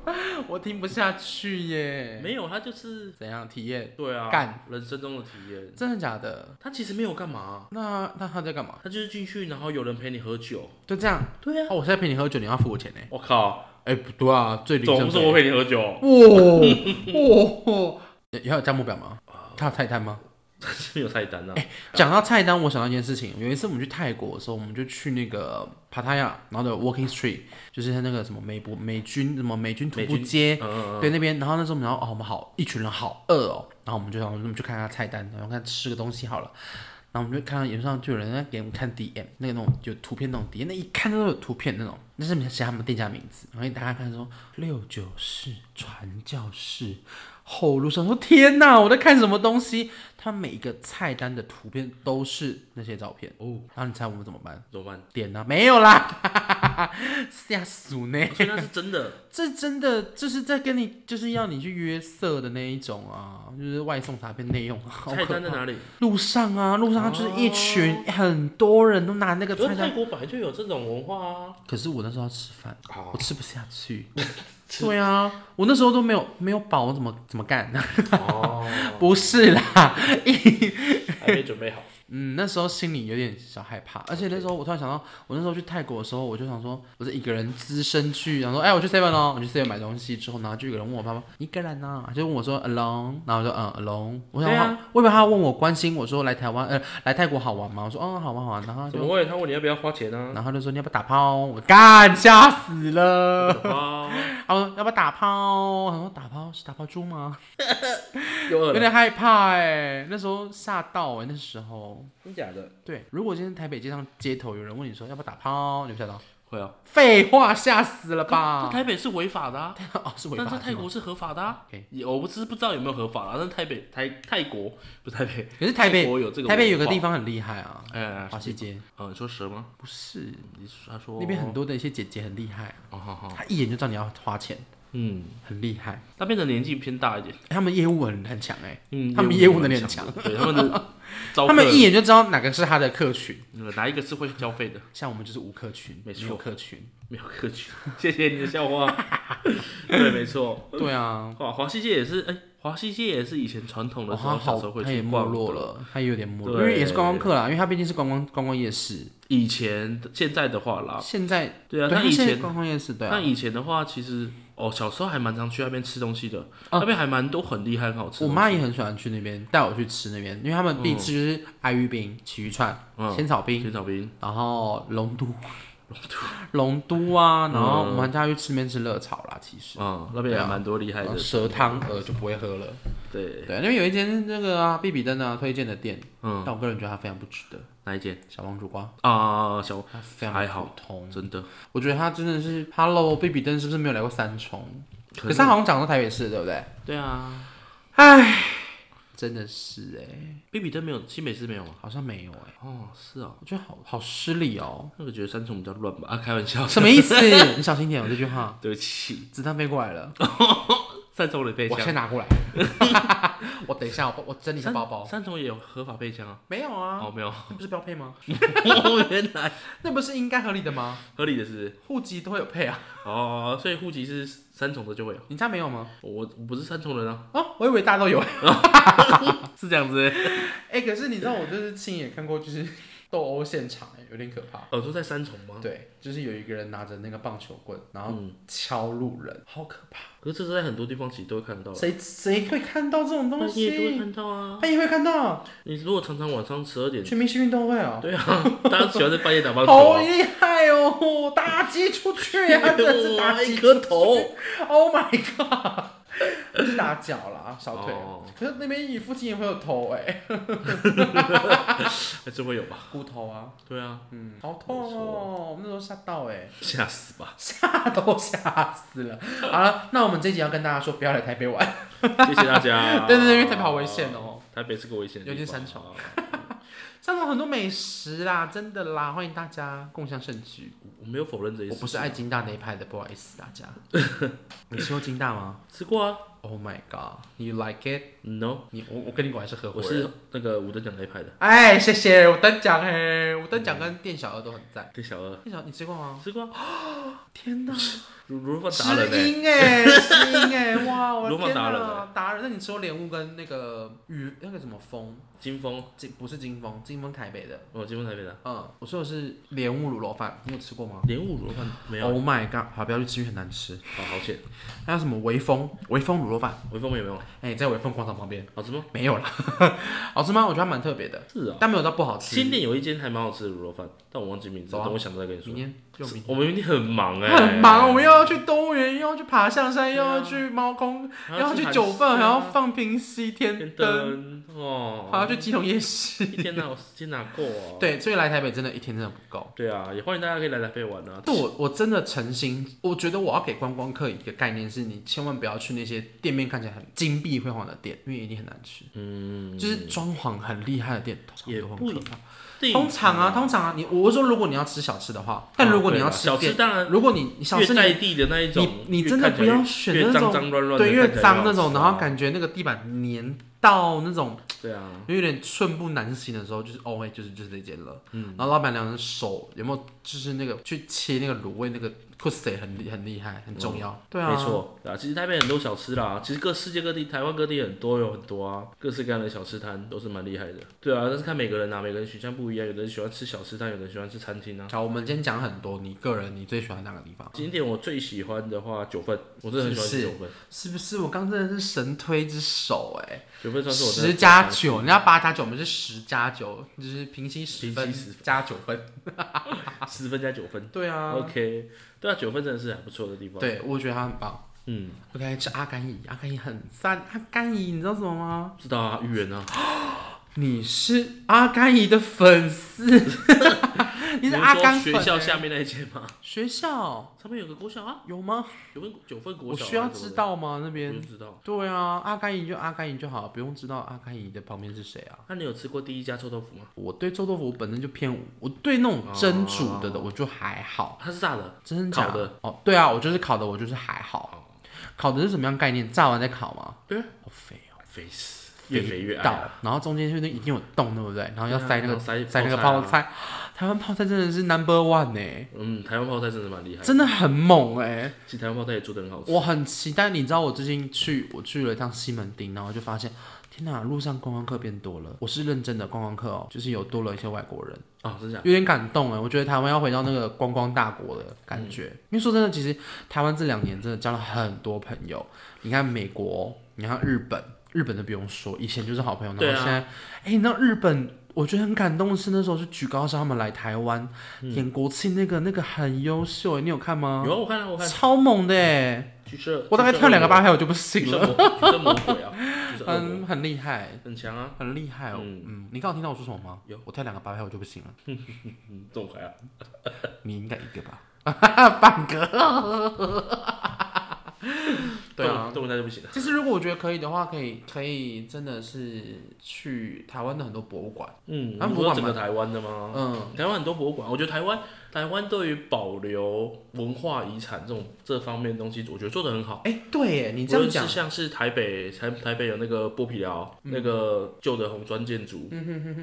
[SPEAKER 1] 我听不下去耶。
[SPEAKER 2] 没有，他就是
[SPEAKER 1] 怎样体验？
[SPEAKER 2] 对啊，
[SPEAKER 1] 干
[SPEAKER 2] 人生中的体验。
[SPEAKER 1] 真的假的？
[SPEAKER 2] 他其实没有干嘛，啊
[SPEAKER 1] 那那他在干嘛？
[SPEAKER 2] 他就是进去，然后有人陪你喝酒。
[SPEAKER 1] 就这样。
[SPEAKER 2] 对啊，
[SPEAKER 1] 哦，我现在陪你喝酒，你要付我钱呢。
[SPEAKER 2] 我靠，
[SPEAKER 1] 哎、不对啊，最零正
[SPEAKER 2] 总不
[SPEAKER 1] 北
[SPEAKER 2] 是我陪你喝酒，
[SPEAKER 1] 哇哇，要有价目表吗？他有菜单吗？
[SPEAKER 2] 但是没有菜单啊。
[SPEAKER 1] 讲到菜单，我想到一件事情。有一次我们去泰国的时候，我们就去那个帕塔亚，然后的 Walking Street，就是那个什么美国美军什么美军徒步街
[SPEAKER 2] 嗯，嗯
[SPEAKER 1] 对那边。然后那时候我们想说，哦，我们好一群人好饿哦，然后我们就想说，我们去看一下菜单，然后看吃个东西好了。然后我们就看到影上就有人在给我们看 DM，那个那种有图片那种 DM，那一看都有图片那种，那上面写他们店家名字，然后一打开看说六九式传教士后路上，说天哪，我在看什么东西？他每一个菜单的图片都是那些照片
[SPEAKER 2] 哦，
[SPEAKER 1] 然后你猜我们怎么办？
[SPEAKER 2] 怎么办？
[SPEAKER 1] 点啊，没有啦， 吓死我呢！
[SPEAKER 2] 所以那是真的，
[SPEAKER 1] 这真的就是在跟你，就是要你去约色的那一种啊，就是外送茶变内用啊。 好可
[SPEAKER 2] 菜单在
[SPEAKER 1] 怕
[SPEAKER 2] 哪里？
[SPEAKER 1] 路上啊，路上它就是一群、很多人都拿那个
[SPEAKER 2] 可
[SPEAKER 1] 菜
[SPEAKER 2] 是
[SPEAKER 1] 单
[SPEAKER 2] 泰。国本来就有这种文化啊。
[SPEAKER 1] 可是我那时候要吃饭，
[SPEAKER 2] 好，
[SPEAKER 1] 我吃不下 去。对啊，我那时候都没有没有饱，我怎么怎么干？
[SPEAKER 2] 哦，
[SPEAKER 1] 不是啦，
[SPEAKER 2] 还没准备 好。
[SPEAKER 1] 嗯，那时候心里有点小害怕，而且那时候我突然想到，我那时候去泰国的时候，我就想说，我是一个人只身去，然后说，哎、我去 seven 哦，我去 seven 买东西之后，然后就有个人问我爸爸，你一个人呢、就问我说 alone，然后我说嗯 alone，我想
[SPEAKER 2] 对
[SPEAKER 1] 说、
[SPEAKER 2] 啊
[SPEAKER 1] 我以为他要问我关心我说来台湾呃来泰国好玩吗？我说嗯好玩好玩，然后他
[SPEAKER 2] 怎
[SPEAKER 1] 就
[SPEAKER 2] 么会？他问你要不要花钱啊？
[SPEAKER 1] 然后他就说你要不要打炮？我干吓死了。
[SPEAKER 2] 啊，
[SPEAKER 1] 他说要不要打炮？他说打炮是打炮猪吗？
[SPEAKER 2] 又饿
[SPEAKER 1] 有
[SPEAKER 2] 了，
[SPEAKER 1] 点害怕哎、那时候吓到哎、那时候。
[SPEAKER 2] 真假的？
[SPEAKER 1] 对，如果今天台北街上街头有人问你说要不要打炮，你会吓到？
[SPEAKER 2] 会啊，
[SPEAKER 1] 废话，吓死了
[SPEAKER 2] 在
[SPEAKER 1] 吧？
[SPEAKER 2] 啊台北是违法的、啊，
[SPEAKER 1] 哦，是违
[SPEAKER 2] 但
[SPEAKER 1] 法
[SPEAKER 2] 在
[SPEAKER 1] 的。
[SPEAKER 2] 泰国是合法的、啊
[SPEAKER 1] OK。
[SPEAKER 2] 也我不是不知道有没有合法啦、但台北台泰国不是台北，
[SPEAKER 1] 可是台北
[SPEAKER 2] 泰国有这个
[SPEAKER 1] 台北有个
[SPEAKER 2] 文化
[SPEAKER 1] 地方很厉害啊，
[SPEAKER 2] 哎，
[SPEAKER 1] 华西街
[SPEAKER 2] 嗯，你说蛇吗？
[SPEAKER 1] 不是
[SPEAKER 2] 你说他说
[SPEAKER 1] 那边很多的一些姐姐很厉害，
[SPEAKER 2] 哦，好好，
[SPEAKER 1] 她一眼就知道你要花钱，
[SPEAKER 2] 嗯，
[SPEAKER 1] 很厉害。
[SPEAKER 2] 那边的年纪偏大一点，
[SPEAKER 1] 欸他们业务很很强哎，
[SPEAKER 2] 嗯，
[SPEAKER 1] 他们业务能
[SPEAKER 2] 能
[SPEAKER 1] 力很
[SPEAKER 2] 力很
[SPEAKER 1] 强
[SPEAKER 2] 强的，对他们的 招
[SPEAKER 1] 他们
[SPEAKER 2] 客
[SPEAKER 1] 一眼就知道哪个是他的客群。
[SPEAKER 2] 嗯哪一个是会交费的？
[SPEAKER 1] 像我们就是无客群，
[SPEAKER 2] 没错
[SPEAKER 1] 有客群。
[SPEAKER 2] 没有客群， 谢谢你的笑 话。对，没错，
[SPEAKER 1] 对啊，
[SPEAKER 2] 哇，哦华西街也是，哎，华西街也是以前传统的
[SPEAKER 1] 哦，
[SPEAKER 2] 时候
[SPEAKER 1] 他
[SPEAKER 2] 小时候
[SPEAKER 1] 好，
[SPEAKER 2] 会
[SPEAKER 1] 他也
[SPEAKER 2] 去
[SPEAKER 1] 没
[SPEAKER 2] 逛
[SPEAKER 1] 落
[SPEAKER 2] 的。
[SPEAKER 1] 了，他也有点没落，因
[SPEAKER 2] 对
[SPEAKER 1] 为也是观光客啦，因为他毕竟是观光观光夜市。
[SPEAKER 2] 以前现在的话啦，
[SPEAKER 1] 现在
[SPEAKER 2] 对啊，
[SPEAKER 1] 他
[SPEAKER 2] 他以
[SPEAKER 1] 现在
[SPEAKER 2] 前
[SPEAKER 1] 观光夜市对
[SPEAKER 2] 那
[SPEAKER 1] 啊，
[SPEAKER 2] 以前的话，其实哦，小时候还蛮常去那边吃东西的，
[SPEAKER 1] 啊
[SPEAKER 2] 那边还蛮多很厉害、很好吃的。
[SPEAKER 1] 我妈也很喜欢去那边，带我去吃那边，因为他们必吃就是爱玉冰、奇鱼串、
[SPEAKER 2] 嗯，
[SPEAKER 1] 仙草冰，
[SPEAKER 2] 甜炒冰，
[SPEAKER 1] 然后龙都。龙都啊，然后我们还带她去吃面吃热炒啦，其实，
[SPEAKER 2] 嗯，那边还蛮多厉害
[SPEAKER 1] 然
[SPEAKER 2] 的
[SPEAKER 1] 后。蛇汤呃就不会喝了。
[SPEAKER 2] 对，
[SPEAKER 1] 对，那边有一间那个啊，比比登啊推荐的店，
[SPEAKER 2] 嗯，
[SPEAKER 1] 但我个人觉得它非常不值得。
[SPEAKER 2] 哪一间
[SPEAKER 1] 小王煮瓜，
[SPEAKER 2] 啊？小
[SPEAKER 1] 它非
[SPEAKER 2] 还
[SPEAKER 1] 常
[SPEAKER 2] 好
[SPEAKER 1] 普通。
[SPEAKER 2] 真的，
[SPEAKER 1] 我觉得它真的是，Hello，比比登是不是没有来过三重？可
[SPEAKER 2] 可
[SPEAKER 1] 是它好像长到台北市，对不对？
[SPEAKER 2] 对啊，
[SPEAKER 1] 真的是哎，
[SPEAKER 2] 比比登没有，新北市没有吗？
[SPEAKER 1] 好像没有哎，
[SPEAKER 2] 哦，是啊，
[SPEAKER 1] 我觉得好好失礼 哦。
[SPEAKER 2] 那个觉得三重比较乱吧？啊，开玩笑，
[SPEAKER 1] 什么意思？你小心一点，我这句话。
[SPEAKER 2] 对不起，
[SPEAKER 1] 子弹飞过来了，
[SPEAKER 2] 三重的配
[SPEAKER 1] 我
[SPEAKER 2] 枪，
[SPEAKER 1] 先拿 过来。我等一下，我我整理一下
[SPEAKER 2] 三
[SPEAKER 1] 包包。
[SPEAKER 2] 三重也有合法配枪啊？
[SPEAKER 1] 没有啊，
[SPEAKER 2] 哦， 没有，
[SPEAKER 1] 那不是标配吗？
[SPEAKER 2] 哦原来
[SPEAKER 1] 那不是应该合理的吗？
[SPEAKER 2] 合理的是不是
[SPEAKER 1] 户籍都会有配啊，
[SPEAKER 2] 哦，所以户籍是三重的就会有，
[SPEAKER 1] 你家没有吗？
[SPEAKER 2] 我我不是三重人啊，
[SPEAKER 1] 啊，我以为大家都有。
[SPEAKER 2] 是这样子欸。
[SPEAKER 1] 哎、可是你知道我就是亲眼看过，就是斗殴现场、哎，有点可怕。
[SPEAKER 2] 耳朵哦在三重吗？
[SPEAKER 1] 对，就是有一个人拿着那个棒球棍，然后
[SPEAKER 2] 嗯，
[SPEAKER 1] 敲路人，好可怕！
[SPEAKER 2] 可是这是在很多地方其实都会看得到的，啊
[SPEAKER 1] 谁谁会看到这种东
[SPEAKER 2] 半夜就会
[SPEAKER 1] 西？
[SPEAKER 2] 看到啊。
[SPEAKER 1] 半夜会看到，
[SPEAKER 2] 你如果常常晚上十二点，
[SPEAKER 1] 全明星运动会哦、
[SPEAKER 2] 对啊，大家喜欢在半夜打棒球
[SPEAKER 1] 好
[SPEAKER 2] 啊。
[SPEAKER 1] 厉害哦！打击出去啊，真的是打
[SPEAKER 2] 哇
[SPEAKER 1] 击
[SPEAKER 2] 一
[SPEAKER 1] 出
[SPEAKER 2] 颗
[SPEAKER 1] 去
[SPEAKER 2] 头
[SPEAKER 1] ！Oh my god！是打脚啦，小腿。
[SPEAKER 2] 哦
[SPEAKER 1] 可是那边你附近也会有头哎、
[SPEAKER 2] 还是会有吧？
[SPEAKER 1] 骨头啊，
[SPEAKER 2] 对啊，
[SPEAKER 1] 嗯，好痛哦！我们那时候吓到哎、
[SPEAKER 2] 吓死吧！
[SPEAKER 1] 吓都吓死了。好了，那我们这集要跟大家说，不要来台北玩。
[SPEAKER 2] 谢谢大 家。
[SPEAKER 1] 对对对因为台北好危险啊哦，
[SPEAKER 2] 台北是个危险的地方，哦
[SPEAKER 1] 尤其是三重上头很多美食啦，真的啦，欢迎大家共享盛举。
[SPEAKER 2] 我我没有否认这一
[SPEAKER 1] 我
[SPEAKER 2] 事，
[SPEAKER 1] 不是爱金大那一派的，不好意思大 家。你吃过金大 吗
[SPEAKER 2] 吃过啊。
[SPEAKER 1] ？Oh my god，you like it？
[SPEAKER 2] No，
[SPEAKER 1] 你我我啊跟你果然是合伙
[SPEAKER 2] 我
[SPEAKER 1] 人。
[SPEAKER 2] 是那个五等奖那一派的。
[SPEAKER 1] 哎，谢谢我等奖哎，我等奖跟店小二都很赞。
[SPEAKER 2] 对小二
[SPEAKER 1] 店小二你吃过吗？
[SPEAKER 2] 吃过啊，
[SPEAKER 1] 天哪，
[SPEAKER 2] 如如饭达人
[SPEAKER 1] 知
[SPEAKER 2] 呢？
[SPEAKER 1] 音哎，知音哎，哇，我的
[SPEAKER 2] 罗马
[SPEAKER 1] 天
[SPEAKER 2] 达人
[SPEAKER 1] 哪，达人！那你吃过莲雾跟那个雨那个什么风？
[SPEAKER 2] 金峰，
[SPEAKER 1] 金不是金峰，金峰台北的。
[SPEAKER 2] 哦，金峰台北的
[SPEAKER 1] 嗯，我说的是莲雾卤肉饭，你有吃过吗？
[SPEAKER 2] 莲雾卤肉饭没有，
[SPEAKER 1] Oh my god！好，不要去吃，因为很难吃。
[SPEAKER 2] 好好险，
[SPEAKER 1] 还有什么微风微风卤肉饭？
[SPEAKER 2] 微风有没有？
[SPEAKER 1] 哎、在微风广场旁边
[SPEAKER 2] 好吃吗？
[SPEAKER 1] 没有啦。 好吃吗？我觉得还蛮特别的，
[SPEAKER 2] 是啊，
[SPEAKER 1] 但没有到不好吃。
[SPEAKER 2] 新店有一间还蛮好吃的卤肉饭，但我忘记名字，
[SPEAKER 1] 走啊
[SPEAKER 2] 等我想到再跟你说
[SPEAKER 1] 明。天就明
[SPEAKER 2] 我们明天很忙哎、
[SPEAKER 1] 很忙，我们又要去动物园，又要去爬象山，
[SPEAKER 2] 对
[SPEAKER 1] 又
[SPEAKER 2] 啊
[SPEAKER 1] 要去猫空，
[SPEAKER 2] 还
[SPEAKER 1] 又
[SPEAKER 2] 要
[SPEAKER 1] 要
[SPEAKER 2] 吃
[SPEAKER 1] 去
[SPEAKER 2] 韩
[SPEAKER 1] 九份，
[SPEAKER 2] 式
[SPEAKER 1] 还
[SPEAKER 2] 啊
[SPEAKER 1] 要放平西天
[SPEAKER 2] 天
[SPEAKER 1] 灯，
[SPEAKER 2] 灯哦，
[SPEAKER 1] 还要去基隆夜市。
[SPEAKER 2] 一天哪有时间哪够 啊？
[SPEAKER 1] 对，所以来台北真的一天真的不够。
[SPEAKER 2] 对啊，也欢迎大家可以来台北玩啊。
[SPEAKER 1] 但我我真的诚心，我觉得我要给观光客一个概念是，你千万不要去那些店面看起来很金碧辉煌的店，因为一定很难吃。
[SPEAKER 2] 嗯，
[SPEAKER 1] 就是装潢很厉害的店，通常
[SPEAKER 2] 也
[SPEAKER 1] 都很
[SPEAKER 2] 不
[SPEAKER 1] 可
[SPEAKER 2] 一
[SPEAKER 1] 怕。
[SPEAKER 2] 对
[SPEAKER 1] 通常啊，通常啊，你我是说，如果你要吃小吃的话，但如果你要
[SPEAKER 2] 啊哦对
[SPEAKER 1] 吃
[SPEAKER 2] 啦小吃，
[SPEAKER 1] 店，
[SPEAKER 2] 当然
[SPEAKER 1] 如果你你小
[SPEAKER 2] 越
[SPEAKER 1] 吃你
[SPEAKER 2] 在地的那一种，
[SPEAKER 1] 你你
[SPEAKER 2] 越
[SPEAKER 1] 真的
[SPEAKER 2] 看
[SPEAKER 1] 不
[SPEAKER 2] 起来
[SPEAKER 1] 要
[SPEAKER 2] 越
[SPEAKER 1] 选
[SPEAKER 2] 越
[SPEAKER 1] 那种
[SPEAKER 2] 脏脏乱乱的，
[SPEAKER 1] 对，越脏那种，
[SPEAKER 2] 看起来越好吃啊
[SPEAKER 1] 然后感觉那个地板粘到那种
[SPEAKER 2] 对啊，
[SPEAKER 1] 有点寸步难行的时候，就是哦，哎，就是就是这间了。
[SPEAKER 2] 嗯，
[SPEAKER 1] 然后老板娘的手有没有就是那个去切那个卤味那个 c o s e 很厉很厉害，很重要。对啊，
[SPEAKER 2] 哦没。错对啊。其实台北很多小吃啦，其实各世界各地、台湾各地很多有很多啊，各式各样的小吃摊都是蛮厉害的。对啊，但是看每个人啊，每个人取向不一样，有的人喜欢吃小吃摊，有的人喜欢吃餐厅啊。
[SPEAKER 1] 好，我们今天讲很多，你个人你最喜欢哪个地方？
[SPEAKER 2] 景点我最喜欢的话，九份，我真的很喜欢
[SPEAKER 1] 是
[SPEAKER 2] 吃九份。
[SPEAKER 1] 是不是我刚真的是神推之手哎、
[SPEAKER 2] 九份算是我真的
[SPEAKER 1] 十加九，人家八加九，我们是十加九，就是平均十分
[SPEAKER 2] 平均10
[SPEAKER 1] 加九分。
[SPEAKER 2] 十分加九分。
[SPEAKER 1] 对啊，
[SPEAKER 2] OK，对啊，九分真的是还不错的地方。，
[SPEAKER 1] 对，我觉得他很棒。
[SPEAKER 2] 嗯，
[SPEAKER 1] 我刚才吃阿甘姨，阿甘姨很赞。阿甘姨，你知道什么吗？
[SPEAKER 2] 不知道啊，芋圆啊，
[SPEAKER 1] 你是阿甘姨的粉丝， 你
[SPEAKER 2] 你
[SPEAKER 1] 是
[SPEAKER 2] 们
[SPEAKER 1] 阿甘粉、
[SPEAKER 2] 说学校下
[SPEAKER 1] 欸
[SPEAKER 2] 面那一间吗？
[SPEAKER 1] 学校
[SPEAKER 2] 上面有个国小啊，
[SPEAKER 1] 有吗？
[SPEAKER 2] 九份九份国
[SPEAKER 1] 我
[SPEAKER 2] 小、啊，
[SPEAKER 1] 需要
[SPEAKER 2] 对不
[SPEAKER 1] 知
[SPEAKER 2] 对，
[SPEAKER 1] 道吗？那
[SPEAKER 2] 不
[SPEAKER 1] 边
[SPEAKER 2] 用知道。
[SPEAKER 1] 对啊，阿甘姨就阿甘姨就好，不用知道阿甘姨的旁边是谁啊。
[SPEAKER 2] 那你有吃过第一家臭豆腐吗？
[SPEAKER 1] 我对臭豆腐我本身就偏，我对那种蒸煮的的我就还好，
[SPEAKER 2] 它是炸的，
[SPEAKER 1] 真假
[SPEAKER 2] 烤的
[SPEAKER 1] 哦，对啊，我就是烤的，我就是还好。烤的是什么样概念？炸完再烤吗？
[SPEAKER 2] 对啊，
[SPEAKER 1] 好肥哦，
[SPEAKER 2] 肥死，越肥越爱啊。
[SPEAKER 1] 到，然后中间就那一定有洞，对不对？然后要
[SPEAKER 2] 对啊
[SPEAKER 1] 塞那个
[SPEAKER 2] 然后塞
[SPEAKER 1] 塞那个
[SPEAKER 2] 泡
[SPEAKER 1] 泡
[SPEAKER 2] 菜啊
[SPEAKER 1] 菜，台湾泡菜真的是 number one 呢、
[SPEAKER 2] 嗯，台湾泡菜真的蛮厉害，
[SPEAKER 1] 真的很猛哎、
[SPEAKER 2] 其实台湾泡菜也做的很好吃。
[SPEAKER 1] 我很期待，你知道我最近去我去了一趟西门町，然后就发现，天哪，路上观光客变多了。我是认真的观光客哦，就是有多了一些外国人，
[SPEAKER 2] 啊，真假？
[SPEAKER 1] 有点感动哎。我觉得台湾要回到那个观光大国的感觉，
[SPEAKER 2] 嗯
[SPEAKER 1] 因为说真的，其实台湾这两年真的交了很多朋友。你看美国，你看日本，日本都不用说，以前就是好朋友，
[SPEAKER 2] 对
[SPEAKER 1] 然
[SPEAKER 2] 啊
[SPEAKER 1] 后现在，哎、你知道日本？我觉得很感动的是那时候是举高沙他们来台湾、演国庆那个那个很优秀哎，你有看吗？
[SPEAKER 2] 嗯有啊，我看了，我看嗯
[SPEAKER 1] 超猛的哎！
[SPEAKER 2] 橘色，
[SPEAKER 1] 我大概跳两个八拍我就不嗯行了，
[SPEAKER 2] 了，橘啊 色魔鬼啊，橘色恶魔
[SPEAKER 1] 很很厉害，
[SPEAKER 2] 很强啊，
[SPEAKER 1] 很厉害哦。
[SPEAKER 2] 嗯
[SPEAKER 1] 嗯，你刚刚有听到我说什么吗？
[SPEAKER 2] 有，
[SPEAKER 1] 我跳两个八拍我就不行了。
[SPEAKER 2] 嗯，这么快啊？
[SPEAKER 1] 你应该一个吧，半个。对啊，
[SPEAKER 2] 动一下就不行了。
[SPEAKER 1] 其实如果我觉得可以的话，可以可以真的是去台湾的很多博物馆。
[SPEAKER 2] 嗯，
[SPEAKER 1] 啊
[SPEAKER 2] 你
[SPEAKER 1] 博物
[SPEAKER 2] 说
[SPEAKER 1] 馆
[SPEAKER 2] 整个台湾的吗？
[SPEAKER 1] 嗯，
[SPEAKER 2] 台湾很多博物馆，我觉得台湾台湾对于保留文化遗产这种这方面的东西，我觉得做的很好。
[SPEAKER 1] 哎，对耶，你这样讲嗯
[SPEAKER 2] 无论是，像是台北台台北有那个剥皮寮、那个旧的红砖建筑，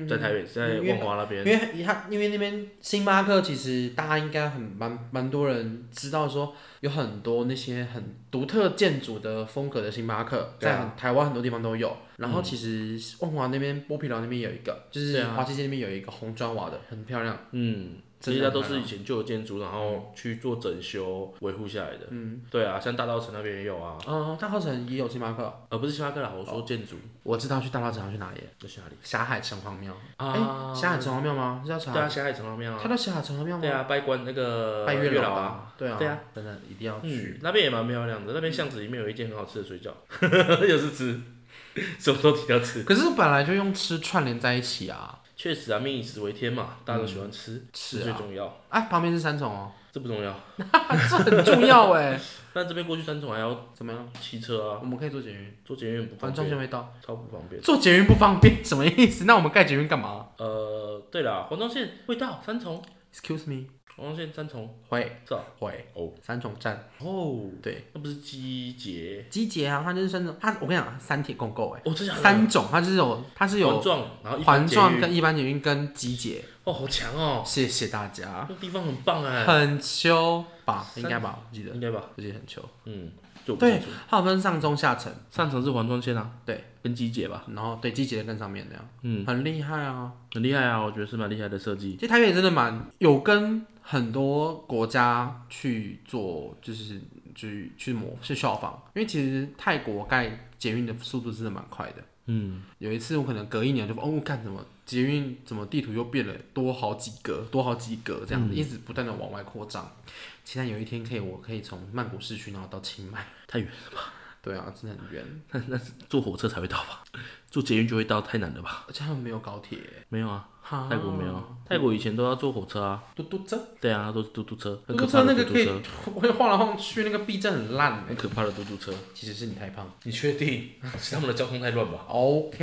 [SPEAKER 2] 在台北在
[SPEAKER 1] 因为
[SPEAKER 2] 万华那
[SPEAKER 1] 因
[SPEAKER 2] 边，啊
[SPEAKER 1] 为他因为那边星巴克其实大家应该很蛮蛮多人知道说有很多那些很独特建筑的风格的星巴克，
[SPEAKER 2] 对
[SPEAKER 1] 在
[SPEAKER 2] 啊
[SPEAKER 1] 很台湾很多地方都有。然后其实万华那边剥皮寮那边有一个，就
[SPEAKER 2] 对
[SPEAKER 1] 是
[SPEAKER 2] 啊
[SPEAKER 1] 华西街那边有一个红砖瓦的，很漂亮。
[SPEAKER 2] 嗯，这
[SPEAKER 1] 真
[SPEAKER 2] 些
[SPEAKER 1] 的很嗯
[SPEAKER 2] 它都
[SPEAKER 1] 漂
[SPEAKER 2] 是
[SPEAKER 1] 亮
[SPEAKER 2] 以前旧的建筑，然后去做整修维护下来的。嗯，对啊，像大稻城那边也有啊，
[SPEAKER 1] 嗯，大稻城也有星巴克，
[SPEAKER 2] 呃，不是星巴克啦，我说建筑
[SPEAKER 1] 我知道去大稻城要去哪里，
[SPEAKER 2] 在哪里
[SPEAKER 1] 霞海城隍庙。哎、
[SPEAKER 2] 啊？
[SPEAKER 1] 霞海城隍庙吗？是叫霞
[SPEAKER 2] 对啊，
[SPEAKER 1] 海？
[SPEAKER 2] 霞海城隍庙
[SPEAKER 1] 它
[SPEAKER 2] 啊，
[SPEAKER 1] 叫霞海城隍庙
[SPEAKER 2] 对
[SPEAKER 1] 吗？
[SPEAKER 2] 啊，拜关那个
[SPEAKER 1] 拜月
[SPEAKER 2] 老
[SPEAKER 1] 老。吧？对啊，
[SPEAKER 2] 对啊，
[SPEAKER 1] 真的一定要去。
[SPEAKER 2] 嗯，那边也蛮漂亮的，那边
[SPEAKER 1] 嗯
[SPEAKER 2] 巷子里面有一间很好吃的水饺， 又是吃， 什么都提到吃。
[SPEAKER 1] 可是本来就用吃串联在一起啊。
[SPEAKER 2] 确实啊，民以食为天嘛，大家都喜欢吃，
[SPEAKER 1] 是
[SPEAKER 2] 吃最
[SPEAKER 1] 啊
[SPEAKER 2] 重要，
[SPEAKER 1] 哎，旁边是三重哦，
[SPEAKER 2] 这不重要。
[SPEAKER 1] 这很重要 哎。
[SPEAKER 2] 但这边过去三重还要
[SPEAKER 1] 怎么样？
[SPEAKER 2] 骑车啊，
[SPEAKER 1] 我们可以坐捷运，
[SPEAKER 2] 坐捷运不
[SPEAKER 1] 反
[SPEAKER 2] 方
[SPEAKER 1] 正中
[SPEAKER 2] 便，
[SPEAKER 1] 间会到。
[SPEAKER 2] 超不方便。
[SPEAKER 1] 坐捷运不方便，什么意思？那我们盖捷运干嘛
[SPEAKER 2] 呃，对啦，环状线会到三重，
[SPEAKER 1] ？Excuse me，
[SPEAKER 2] 环状线三重，
[SPEAKER 1] 会
[SPEAKER 2] 是啊，
[SPEAKER 1] 会
[SPEAKER 2] 哦
[SPEAKER 1] 三重站
[SPEAKER 2] 哦，
[SPEAKER 1] 对，
[SPEAKER 2] 那不是机节，
[SPEAKER 1] 集结啊，它就是三重，它我跟你讲，三铁共购哎，
[SPEAKER 2] 哦，这下
[SPEAKER 1] 三种它是有它是
[SPEAKER 2] 环
[SPEAKER 1] 有
[SPEAKER 2] 状，哦然后一般
[SPEAKER 1] 环状
[SPEAKER 2] 捷运
[SPEAKER 1] 跟一般捷运跟集结，
[SPEAKER 2] 哦，好强哦，
[SPEAKER 1] 谢谢大家，
[SPEAKER 2] 这地方很棒哎，
[SPEAKER 1] 很秋吧，
[SPEAKER 2] 三
[SPEAKER 1] 应该吧，我记得
[SPEAKER 2] 应该吧，
[SPEAKER 1] 我记得很秋，
[SPEAKER 2] 嗯，就我不
[SPEAKER 1] 对
[SPEAKER 2] 清楚，
[SPEAKER 1] 它有分上中下层，
[SPEAKER 2] 上层是环状线啊，
[SPEAKER 1] 对，
[SPEAKER 2] 跟机节吧。
[SPEAKER 1] 然后对集结跟上面那样，
[SPEAKER 2] 嗯，
[SPEAKER 1] 很厉害啊。
[SPEAKER 2] 很厉害啊，我觉得是蛮厉害的设计。
[SPEAKER 1] 其实台北真的蛮有跟很多国家去做，就是去去模去效仿，因为其实泰国盖捷运的速度真的蛮快的。
[SPEAKER 2] 嗯，
[SPEAKER 1] 有一次我可能隔一年就哦，干什么捷运怎么地图又变了，多好几格，多好几格这样
[SPEAKER 2] 嗯
[SPEAKER 1] 子，一直不断的往外扩张。期待有一天可以，我可以从曼谷市区然后到清迈。
[SPEAKER 2] 太远，
[SPEAKER 1] 对啊，真的很远，
[SPEAKER 2] 那那是坐火车才会到吧？坐捷运就会到，太难了吧？
[SPEAKER 1] 而且他们没有高铁，
[SPEAKER 2] 没有啊，
[SPEAKER 1] 哈
[SPEAKER 2] 泰国没有，啊，泰国以前都要坐火车啊。
[SPEAKER 1] 嘟嘟车，
[SPEAKER 2] 对啊，都是嘟嘟车，
[SPEAKER 1] 嘟
[SPEAKER 2] 很
[SPEAKER 1] 嘟
[SPEAKER 2] 可
[SPEAKER 1] 车
[SPEAKER 2] 怕
[SPEAKER 1] 那个
[SPEAKER 2] 的嘟嘟
[SPEAKER 1] 可以
[SPEAKER 2] 车，
[SPEAKER 1] 晃来晃去，那个避震很烂欸
[SPEAKER 2] 很可怕的嘟嘟车。
[SPEAKER 1] 其实是你太胖。
[SPEAKER 2] 你确定？是他们的交通太乱吧？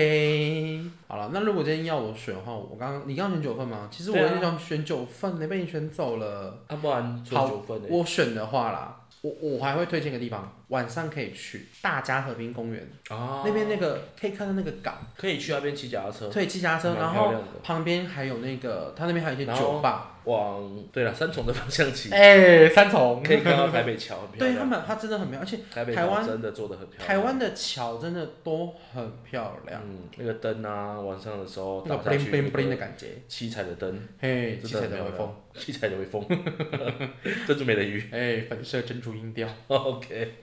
[SPEAKER 1] OK，好了，那如果今天要我选的话，我刚刚你刚刚选九份吗？其实我
[SPEAKER 2] 对啊
[SPEAKER 1] 很想选九份，没、被你选走了。
[SPEAKER 2] 啊，不然坐
[SPEAKER 1] 好
[SPEAKER 2] 九份欸
[SPEAKER 1] 我选的话啦，我我还会推荐一个地方，晚上可以去大家和平公园、
[SPEAKER 2] 啊，
[SPEAKER 1] 那边那个可以看到那个港，
[SPEAKER 2] 可以去那边骑脚踏车，
[SPEAKER 1] 对，骑脚踏车，
[SPEAKER 2] 蛮
[SPEAKER 1] 然
[SPEAKER 2] 漂
[SPEAKER 1] 后
[SPEAKER 2] 亮的。
[SPEAKER 1] 旁边还有那个，它那边还有一些
[SPEAKER 2] 然后
[SPEAKER 1] 酒吧，
[SPEAKER 2] 往对了，三重的方 向骑，
[SPEAKER 1] 哎、三重
[SPEAKER 2] 可以看到台北桥，很漂
[SPEAKER 1] 对他
[SPEAKER 2] 亮。
[SPEAKER 1] 们，它真的很妙，而且
[SPEAKER 2] 台北
[SPEAKER 1] 台
[SPEAKER 2] 桥
[SPEAKER 1] 湾
[SPEAKER 2] 真的做的很漂亮。
[SPEAKER 1] 台湾的桥真的都很漂亮，
[SPEAKER 2] 嗯，那个灯啊，晚上的时候
[SPEAKER 1] 那
[SPEAKER 2] 打
[SPEAKER 1] 个
[SPEAKER 2] 下
[SPEAKER 1] bling
[SPEAKER 2] 去，
[SPEAKER 1] bling
[SPEAKER 2] 那
[SPEAKER 1] bling
[SPEAKER 2] 个
[SPEAKER 1] 的感觉，
[SPEAKER 2] 七彩的灯，
[SPEAKER 1] 嘿，七
[SPEAKER 2] 真的
[SPEAKER 1] 彩的
[SPEAKER 2] 很漂
[SPEAKER 1] 微
[SPEAKER 2] 亮
[SPEAKER 1] 风。，
[SPEAKER 2] 七彩的微风， 珍珠美人鱼。
[SPEAKER 1] 哎，粉色珍珠音调，
[SPEAKER 2] OK，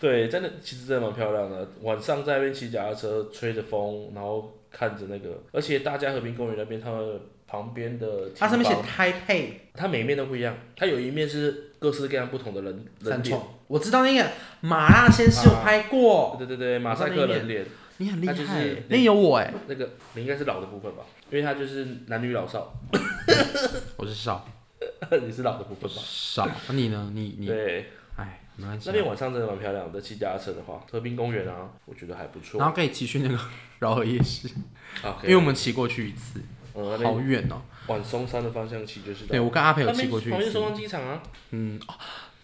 [SPEAKER 2] 对，真的其实真的蛮漂亮的。晚上在那边骑脚踏车，吹着风，然后看着那个，而且大家和平公园那边，他们旁边的
[SPEAKER 1] 它上面写
[SPEAKER 2] 堤防
[SPEAKER 1] 台配
[SPEAKER 2] 它每一面都不一样，它有一面是各式各样不同的人人
[SPEAKER 1] 三
[SPEAKER 2] 脸，
[SPEAKER 1] 重，我知道那个麻辣鲜师有拍过，
[SPEAKER 2] 对对对，马赛克人脸，
[SPEAKER 1] 你很厉害，
[SPEAKER 2] 啊那就是
[SPEAKER 1] 那有我哎、
[SPEAKER 2] 那个你应该是老的部分吧，因为它就是男女老少，
[SPEAKER 1] 我是少
[SPEAKER 2] 你是老的部分吧？
[SPEAKER 1] 少，那你呢？你你
[SPEAKER 2] 对，
[SPEAKER 1] 哎，没关系啊。
[SPEAKER 2] 那边晚上真的蛮漂亮的，骑脚踏车的话，河滨公园啊，我觉得还不错。
[SPEAKER 1] 然后可以骑去那个饶河夜市，
[SPEAKER 2] 啊，
[SPEAKER 1] 因为我们骑过去一次，
[SPEAKER 2] 嗯，那
[SPEAKER 1] 好
[SPEAKER 2] 边
[SPEAKER 1] 远哦、
[SPEAKER 2] 往松山的方向骑就是到
[SPEAKER 1] 对，我跟阿培有
[SPEAKER 2] 那
[SPEAKER 1] 骑
[SPEAKER 2] 边
[SPEAKER 1] 过去
[SPEAKER 2] 旁
[SPEAKER 1] 一
[SPEAKER 2] 边松
[SPEAKER 1] 次。
[SPEAKER 2] 山机场啊，
[SPEAKER 1] 嗯，哦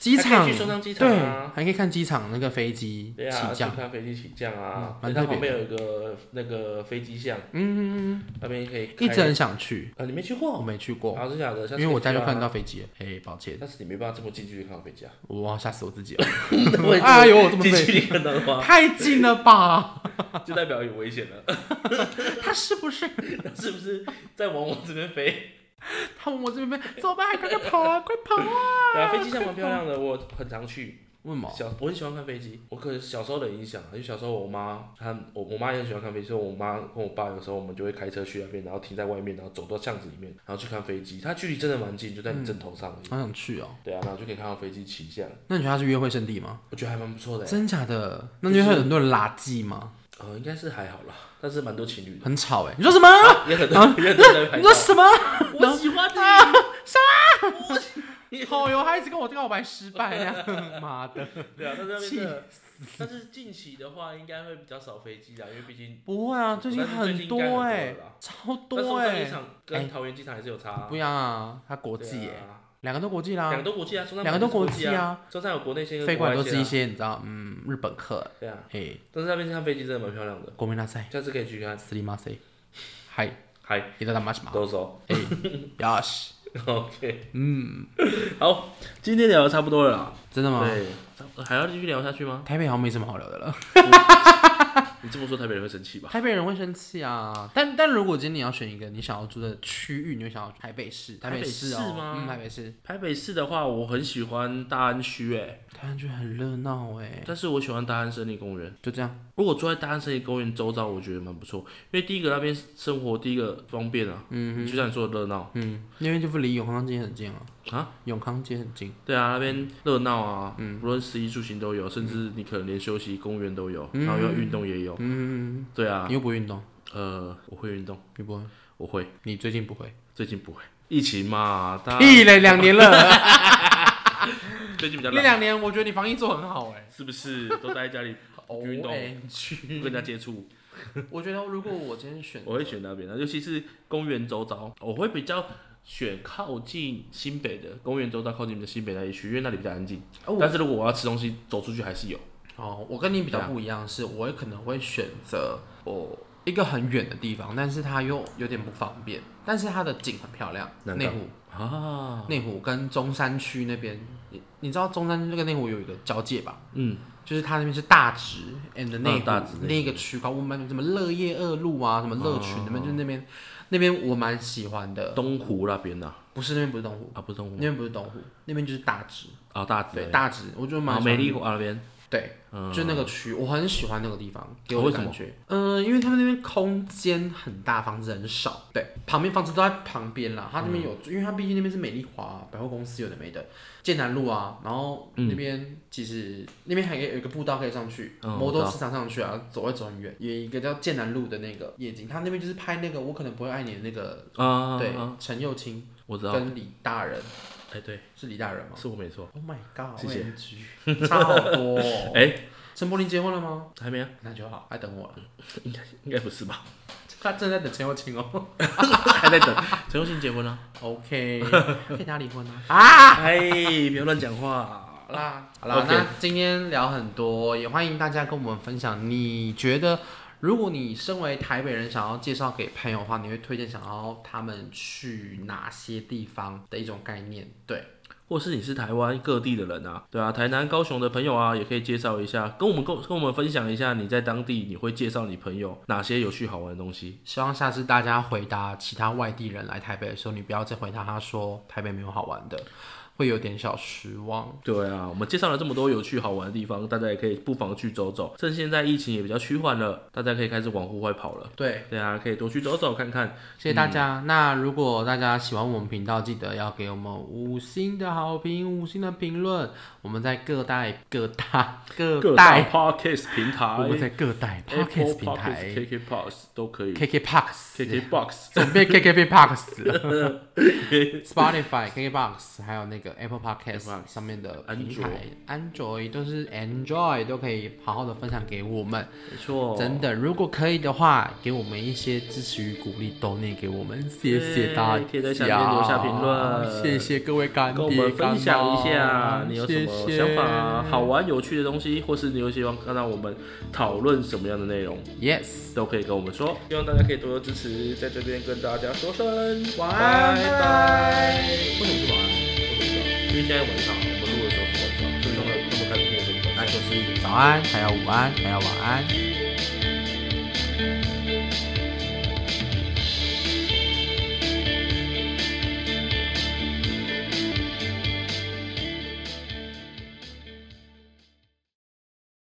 [SPEAKER 1] 机
[SPEAKER 2] 还可
[SPEAKER 1] 场
[SPEAKER 2] 以去松山机场
[SPEAKER 1] 对
[SPEAKER 2] 啊，
[SPEAKER 1] 还可以看机场那个飞机
[SPEAKER 2] 对
[SPEAKER 1] 起
[SPEAKER 2] 啊，去
[SPEAKER 1] 降。
[SPEAKER 2] 看飞机起降啊，
[SPEAKER 1] 嗯蛮
[SPEAKER 2] 对
[SPEAKER 1] 特别
[SPEAKER 2] 它旁边有一个那个飞机巷，
[SPEAKER 1] 嗯，嗯嗯
[SPEAKER 2] 那边可以开
[SPEAKER 1] 一直很想去，
[SPEAKER 2] 啊，你没去
[SPEAKER 1] 我
[SPEAKER 2] 过？
[SPEAKER 1] 没去过，
[SPEAKER 2] 啊，真假的？下
[SPEAKER 1] 因为
[SPEAKER 2] 次
[SPEAKER 1] 我
[SPEAKER 2] 可
[SPEAKER 1] 家
[SPEAKER 2] 以去
[SPEAKER 1] 就
[SPEAKER 2] 啊
[SPEAKER 1] 看得到，飞机了。哎，抱歉，
[SPEAKER 2] 但是你没办法这么近距离看到 飞机啊。
[SPEAKER 1] 我吓死我自己
[SPEAKER 2] 我
[SPEAKER 1] 了。
[SPEAKER 2] 也觉得
[SPEAKER 1] 哎呦，我这么
[SPEAKER 2] 近
[SPEAKER 1] 背，
[SPEAKER 2] 距离看到的 话，
[SPEAKER 1] 太近了吧？
[SPEAKER 2] 就代表有危险了。
[SPEAKER 1] 他是不是
[SPEAKER 2] 它是不是在往我这边飞？
[SPEAKER 1] 他往我这边飞？怎么办？快快跑啊！快跑啊！
[SPEAKER 2] 对啊，飞机上蛮漂亮的，我很常去。
[SPEAKER 1] 为什 么？
[SPEAKER 2] 小我很喜欢看飞机，我可能小时候的影响，因为小时候我妈她我我妈也很喜欢看飞机，所以我妈跟我爸有时候我们就会开车去那边，然后停在外面，然后走到巷子里面，然后去看飞机。它距离真的蛮近，就在你枕头上而已。
[SPEAKER 1] 好想去哦。
[SPEAKER 2] 对啊，然后就可以看到飞机起降，
[SPEAKER 1] 那你觉得它是约会圣地吗？
[SPEAKER 2] 我觉得还蛮不错的欸。
[SPEAKER 1] 真假的？那你觉得会有很多人拉圾吗？
[SPEAKER 2] 呃，应该是还好啦，但是蛮多情侣的，
[SPEAKER 1] 很吵哎！你说什么？
[SPEAKER 2] 也很多也很多人在拍
[SPEAKER 1] 你
[SPEAKER 2] 照
[SPEAKER 1] 说。什 么？
[SPEAKER 2] 啊我喜欢你，
[SPEAKER 1] 好哟，还哦一直跟我告白失败呀！ 妈的，
[SPEAKER 2] 对啊，但是那边真的，但是近期的话应该会比较少飞机啦，因为毕竟
[SPEAKER 1] 不会啊，最近
[SPEAKER 2] 但是最
[SPEAKER 1] 很
[SPEAKER 2] 近应该很
[SPEAKER 1] 多哎
[SPEAKER 2] 多了啦，
[SPEAKER 1] 超
[SPEAKER 2] 但
[SPEAKER 1] 多
[SPEAKER 2] 松山机
[SPEAKER 1] 哎。
[SPEAKER 2] 场跟桃园机场还是有差啊。
[SPEAKER 1] 不一样啊，它国际
[SPEAKER 2] 对
[SPEAKER 1] 耶，
[SPEAKER 2] 啊
[SPEAKER 1] 两个都国际
[SPEAKER 2] 两
[SPEAKER 1] 啦
[SPEAKER 2] 个，都国际啊，中山
[SPEAKER 1] 两个都国
[SPEAKER 2] 国
[SPEAKER 1] 际
[SPEAKER 2] 啊，
[SPEAKER 1] 啊，
[SPEAKER 2] 中山有国内线
[SPEAKER 1] 飞
[SPEAKER 2] 跟
[SPEAKER 1] 过
[SPEAKER 2] 国
[SPEAKER 1] 来都
[SPEAKER 2] 外
[SPEAKER 1] 是一
[SPEAKER 2] 线啊。
[SPEAKER 1] 些你知道，嗯，日本客，
[SPEAKER 2] 对啊，
[SPEAKER 1] 嘿，
[SPEAKER 2] 但是那边看飞机真的蛮漂亮的，
[SPEAKER 1] 国民大赛，
[SPEAKER 2] 下次可以去看。
[SPEAKER 1] 斯里马塞，嗨，
[SPEAKER 2] 嗨，
[SPEAKER 1] 伊达达马什马，
[SPEAKER 2] 都走。
[SPEAKER 1] 嘿，yes，
[SPEAKER 2] OK，嗯， 好，今天聊的差不多了啦。
[SPEAKER 1] 真的吗？
[SPEAKER 2] 对，差不多还要继续聊下去吗？
[SPEAKER 1] 台北好像没什么好聊的了，
[SPEAKER 2] 你这么说台北人会生气吧？
[SPEAKER 1] 台北人会生气啊。但但如果今天你要选一个你想要住的区域，你会想要台北市，
[SPEAKER 2] 台
[SPEAKER 1] 北
[SPEAKER 2] 北
[SPEAKER 1] 市
[SPEAKER 2] 市
[SPEAKER 1] 哦，
[SPEAKER 2] 吗
[SPEAKER 1] 嗯，台北市，
[SPEAKER 2] 台北市的话，我很喜欢大安区诶、
[SPEAKER 1] 台湾就很热闹哎，
[SPEAKER 2] 但是我喜欢大安森林公园。
[SPEAKER 1] 就这样，
[SPEAKER 2] 如果住在大安森林公园周遭，我觉得蛮不错，因为第一个那边生活第一个方便啊，嗯，就像你说的热闹，
[SPEAKER 1] 嗯，因为就是离永康街很近啊，
[SPEAKER 2] 啊，
[SPEAKER 1] 永康街很近，
[SPEAKER 2] 对啊，那边热闹啊，嗯，无论食衣住行都有，甚至你可能连休息公园都有，然后要运动也有，
[SPEAKER 1] 嗯，
[SPEAKER 2] 对啊
[SPEAKER 1] 你，又不会运动，
[SPEAKER 2] 呃，我会运动，
[SPEAKER 1] 你不会，
[SPEAKER 2] 我会，
[SPEAKER 1] 你最近不会。
[SPEAKER 2] 最近不会，疫情嘛，大家
[SPEAKER 1] 屁嘞，两年 了，
[SPEAKER 2] 最近比较
[SPEAKER 1] 那
[SPEAKER 2] 懒，
[SPEAKER 1] 两年我觉得你防疫做很好哎、
[SPEAKER 2] 是不是都待在 家里
[SPEAKER 1] O
[SPEAKER 2] 运动
[SPEAKER 1] M
[SPEAKER 2] 不
[SPEAKER 1] G，
[SPEAKER 2] 跟人家接触？
[SPEAKER 1] 我觉得如果我今天选，
[SPEAKER 2] 我会选那边啊的，尤其是公园周遭，我会比较选靠近新北的公园周遭，靠近的新北那一区，因为那里比较安静。
[SPEAKER 1] 哦
[SPEAKER 2] 但是如果我要吃东西，走出去还是有。
[SPEAKER 1] 哦，我跟你比
[SPEAKER 2] 啊
[SPEAKER 1] 较不一样是，我也可能会选择哦一个很远的地方，但是它又有点不方便，但是它的景很漂亮，
[SPEAKER 2] 南
[SPEAKER 1] 内
[SPEAKER 2] 港
[SPEAKER 1] 湖
[SPEAKER 2] 啊，
[SPEAKER 1] 内湖跟中山区那边，你你知道中山区跟内湖有一个交界吧？
[SPEAKER 2] 嗯，
[SPEAKER 1] 就是它那边是大直 and 内湖、
[SPEAKER 2] 大直内湖
[SPEAKER 1] 那个区块，我们什么乐业二路啊，什么乐群那边，就是那
[SPEAKER 2] 嗯
[SPEAKER 1] 边那边我蛮喜欢的，
[SPEAKER 2] 东湖那边呐、
[SPEAKER 1] 不是那边不是东湖。
[SPEAKER 2] 啊，不是东湖
[SPEAKER 1] 那，边不是东湖，那边就是大直，
[SPEAKER 2] 啊大直
[SPEAKER 1] 对，大直，我觉得蛮
[SPEAKER 2] 啊，
[SPEAKER 1] 喜欢
[SPEAKER 2] 美丽华那边，
[SPEAKER 1] 对，
[SPEAKER 2] 嗯，
[SPEAKER 1] 就那个区，我很喜欢那个地方，给我
[SPEAKER 2] 哦为
[SPEAKER 1] 的
[SPEAKER 2] 什么
[SPEAKER 1] 感觉，嗯、因为他们那边空间很大，房子很少，对，旁边房子都在旁边啦，他那边有，
[SPEAKER 2] 嗯
[SPEAKER 1] 因为他毕竟那边是美丽华百货公司有的没的，剑南路啊，然后那边其实、那边还有一个步道可以上去，
[SPEAKER 2] 嗯
[SPEAKER 1] 摩
[SPEAKER 2] 我知
[SPEAKER 1] 托
[SPEAKER 2] 道
[SPEAKER 1] 车常上去啊，走会走很远，有一个叫剑南路的那个夜景，他那边就是拍那个我可能不会爱你的那个，
[SPEAKER 2] 啊，
[SPEAKER 1] 对，陈幼卿
[SPEAKER 2] 我知道，
[SPEAKER 1] 跟李大人，
[SPEAKER 2] 哎，对，
[SPEAKER 1] 是李大人吗？
[SPEAKER 2] 是我没错。
[SPEAKER 1] Oh my god！
[SPEAKER 2] 谢谢
[SPEAKER 1] 谢。差好多、哦。
[SPEAKER 2] 哎，
[SPEAKER 1] 陈柏霖结婚了吗？
[SPEAKER 2] 还没啊，
[SPEAKER 1] 那就好，还等我了。
[SPEAKER 2] 应该不 是吧？
[SPEAKER 1] 他正在等陈又青哦。
[SPEAKER 2] 还在等，陈佑信结婚了。
[SPEAKER 1] OK，跟他离婚了 啊！
[SPEAKER 2] 哎，不要乱讲话。
[SPEAKER 1] 好啦，好啦
[SPEAKER 2] OK
[SPEAKER 1] 那今天聊很多，也欢迎大家跟我们分享，你觉得如果你身为台北人，想要介绍给朋友的话，你会推荐想要他们去哪些地方的一种概念？对，
[SPEAKER 2] 或是你是台湾各地的人啊，对啊，台南、高雄的朋友啊，也可以介绍一下，跟我们跟跟我们分享一下你在当地你会介绍你朋友哪些有趣好玩的东西。
[SPEAKER 1] 希望下次大家回答其他外地人来台北的时候，你不要再回答他说台北没有好玩的，会有点小失望。
[SPEAKER 2] 对啊，我们介绍了这么多有趣好玩的地方，大家也可以不妨去走走。趁现在疫情也比较趋缓了，大家可以开始往户外跑了。
[SPEAKER 1] 对，
[SPEAKER 2] 对啊，可以多去走走看看。
[SPEAKER 1] 谢谢大家。那如果大家喜欢我们频道，记得要给我们五星的好评、五星的评论。我们在各大各大各
[SPEAKER 2] 各大
[SPEAKER 1] 大，
[SPEAKER 2] podcast 平台
[SPEAKER 1] 我们在各大
[SPEAKER 2] Apple
[SPEAKER 1] Podcast 平台
[SPEAKER 2] KK Box 都可以
[SPEAKER 1] ，KK Box。
[SPEAKER 2] ，KK Box
[SPEAKER 1] 怎么变 KKB Box 了？Spotify、KKBox 还有那个 Apple Podcast 上面的平台，安卓都是 Android 都可以好好的分享给我们。
[SPEAKER 2] 没错，
[SPEAKER 1] 真的，如果可以的话，给我们一些支持与鼓励，都念给我们，谢谢大家。
[SPEAKER 2] 对可以在下面留下评论
[SPEAKER 1] 谢谢各位干
[SPEAKER 2] 跟
[SPEAKER 1] 爹
[SPEAKER 2] 我们分享一
[SPEAKER 1] 干
[SPEAKER 2] 下
[SPEAKER 1] 妈
[SPEAKER 2] 你有什么
[SPEAKER 1] 谢谢
[SPEAKER 2] 想法、啊好玩有趣的东西，或是你有希望看到我们讨论什么样的内容，
[SPEAKER 1] ？Yes，
[SPEAKER 2] 都可以跟我们说。希望大家可以多多支持，在这边跟大家说声
[SPEAKER 1] 晚安，
[SPEAKER 2] 拜
[SPEAKER 1] 拜
[SPEAKER 2] 拜。
[SPEAKER 1] 拜。
[SPEAKER 2] 为什么是晚安？我不知道，因为现在晚上，我们录的时候是晚上，所以他们他们看片的时候是晚上
[SPEAKER 1] 那就是早安，还有午安，还有晚安。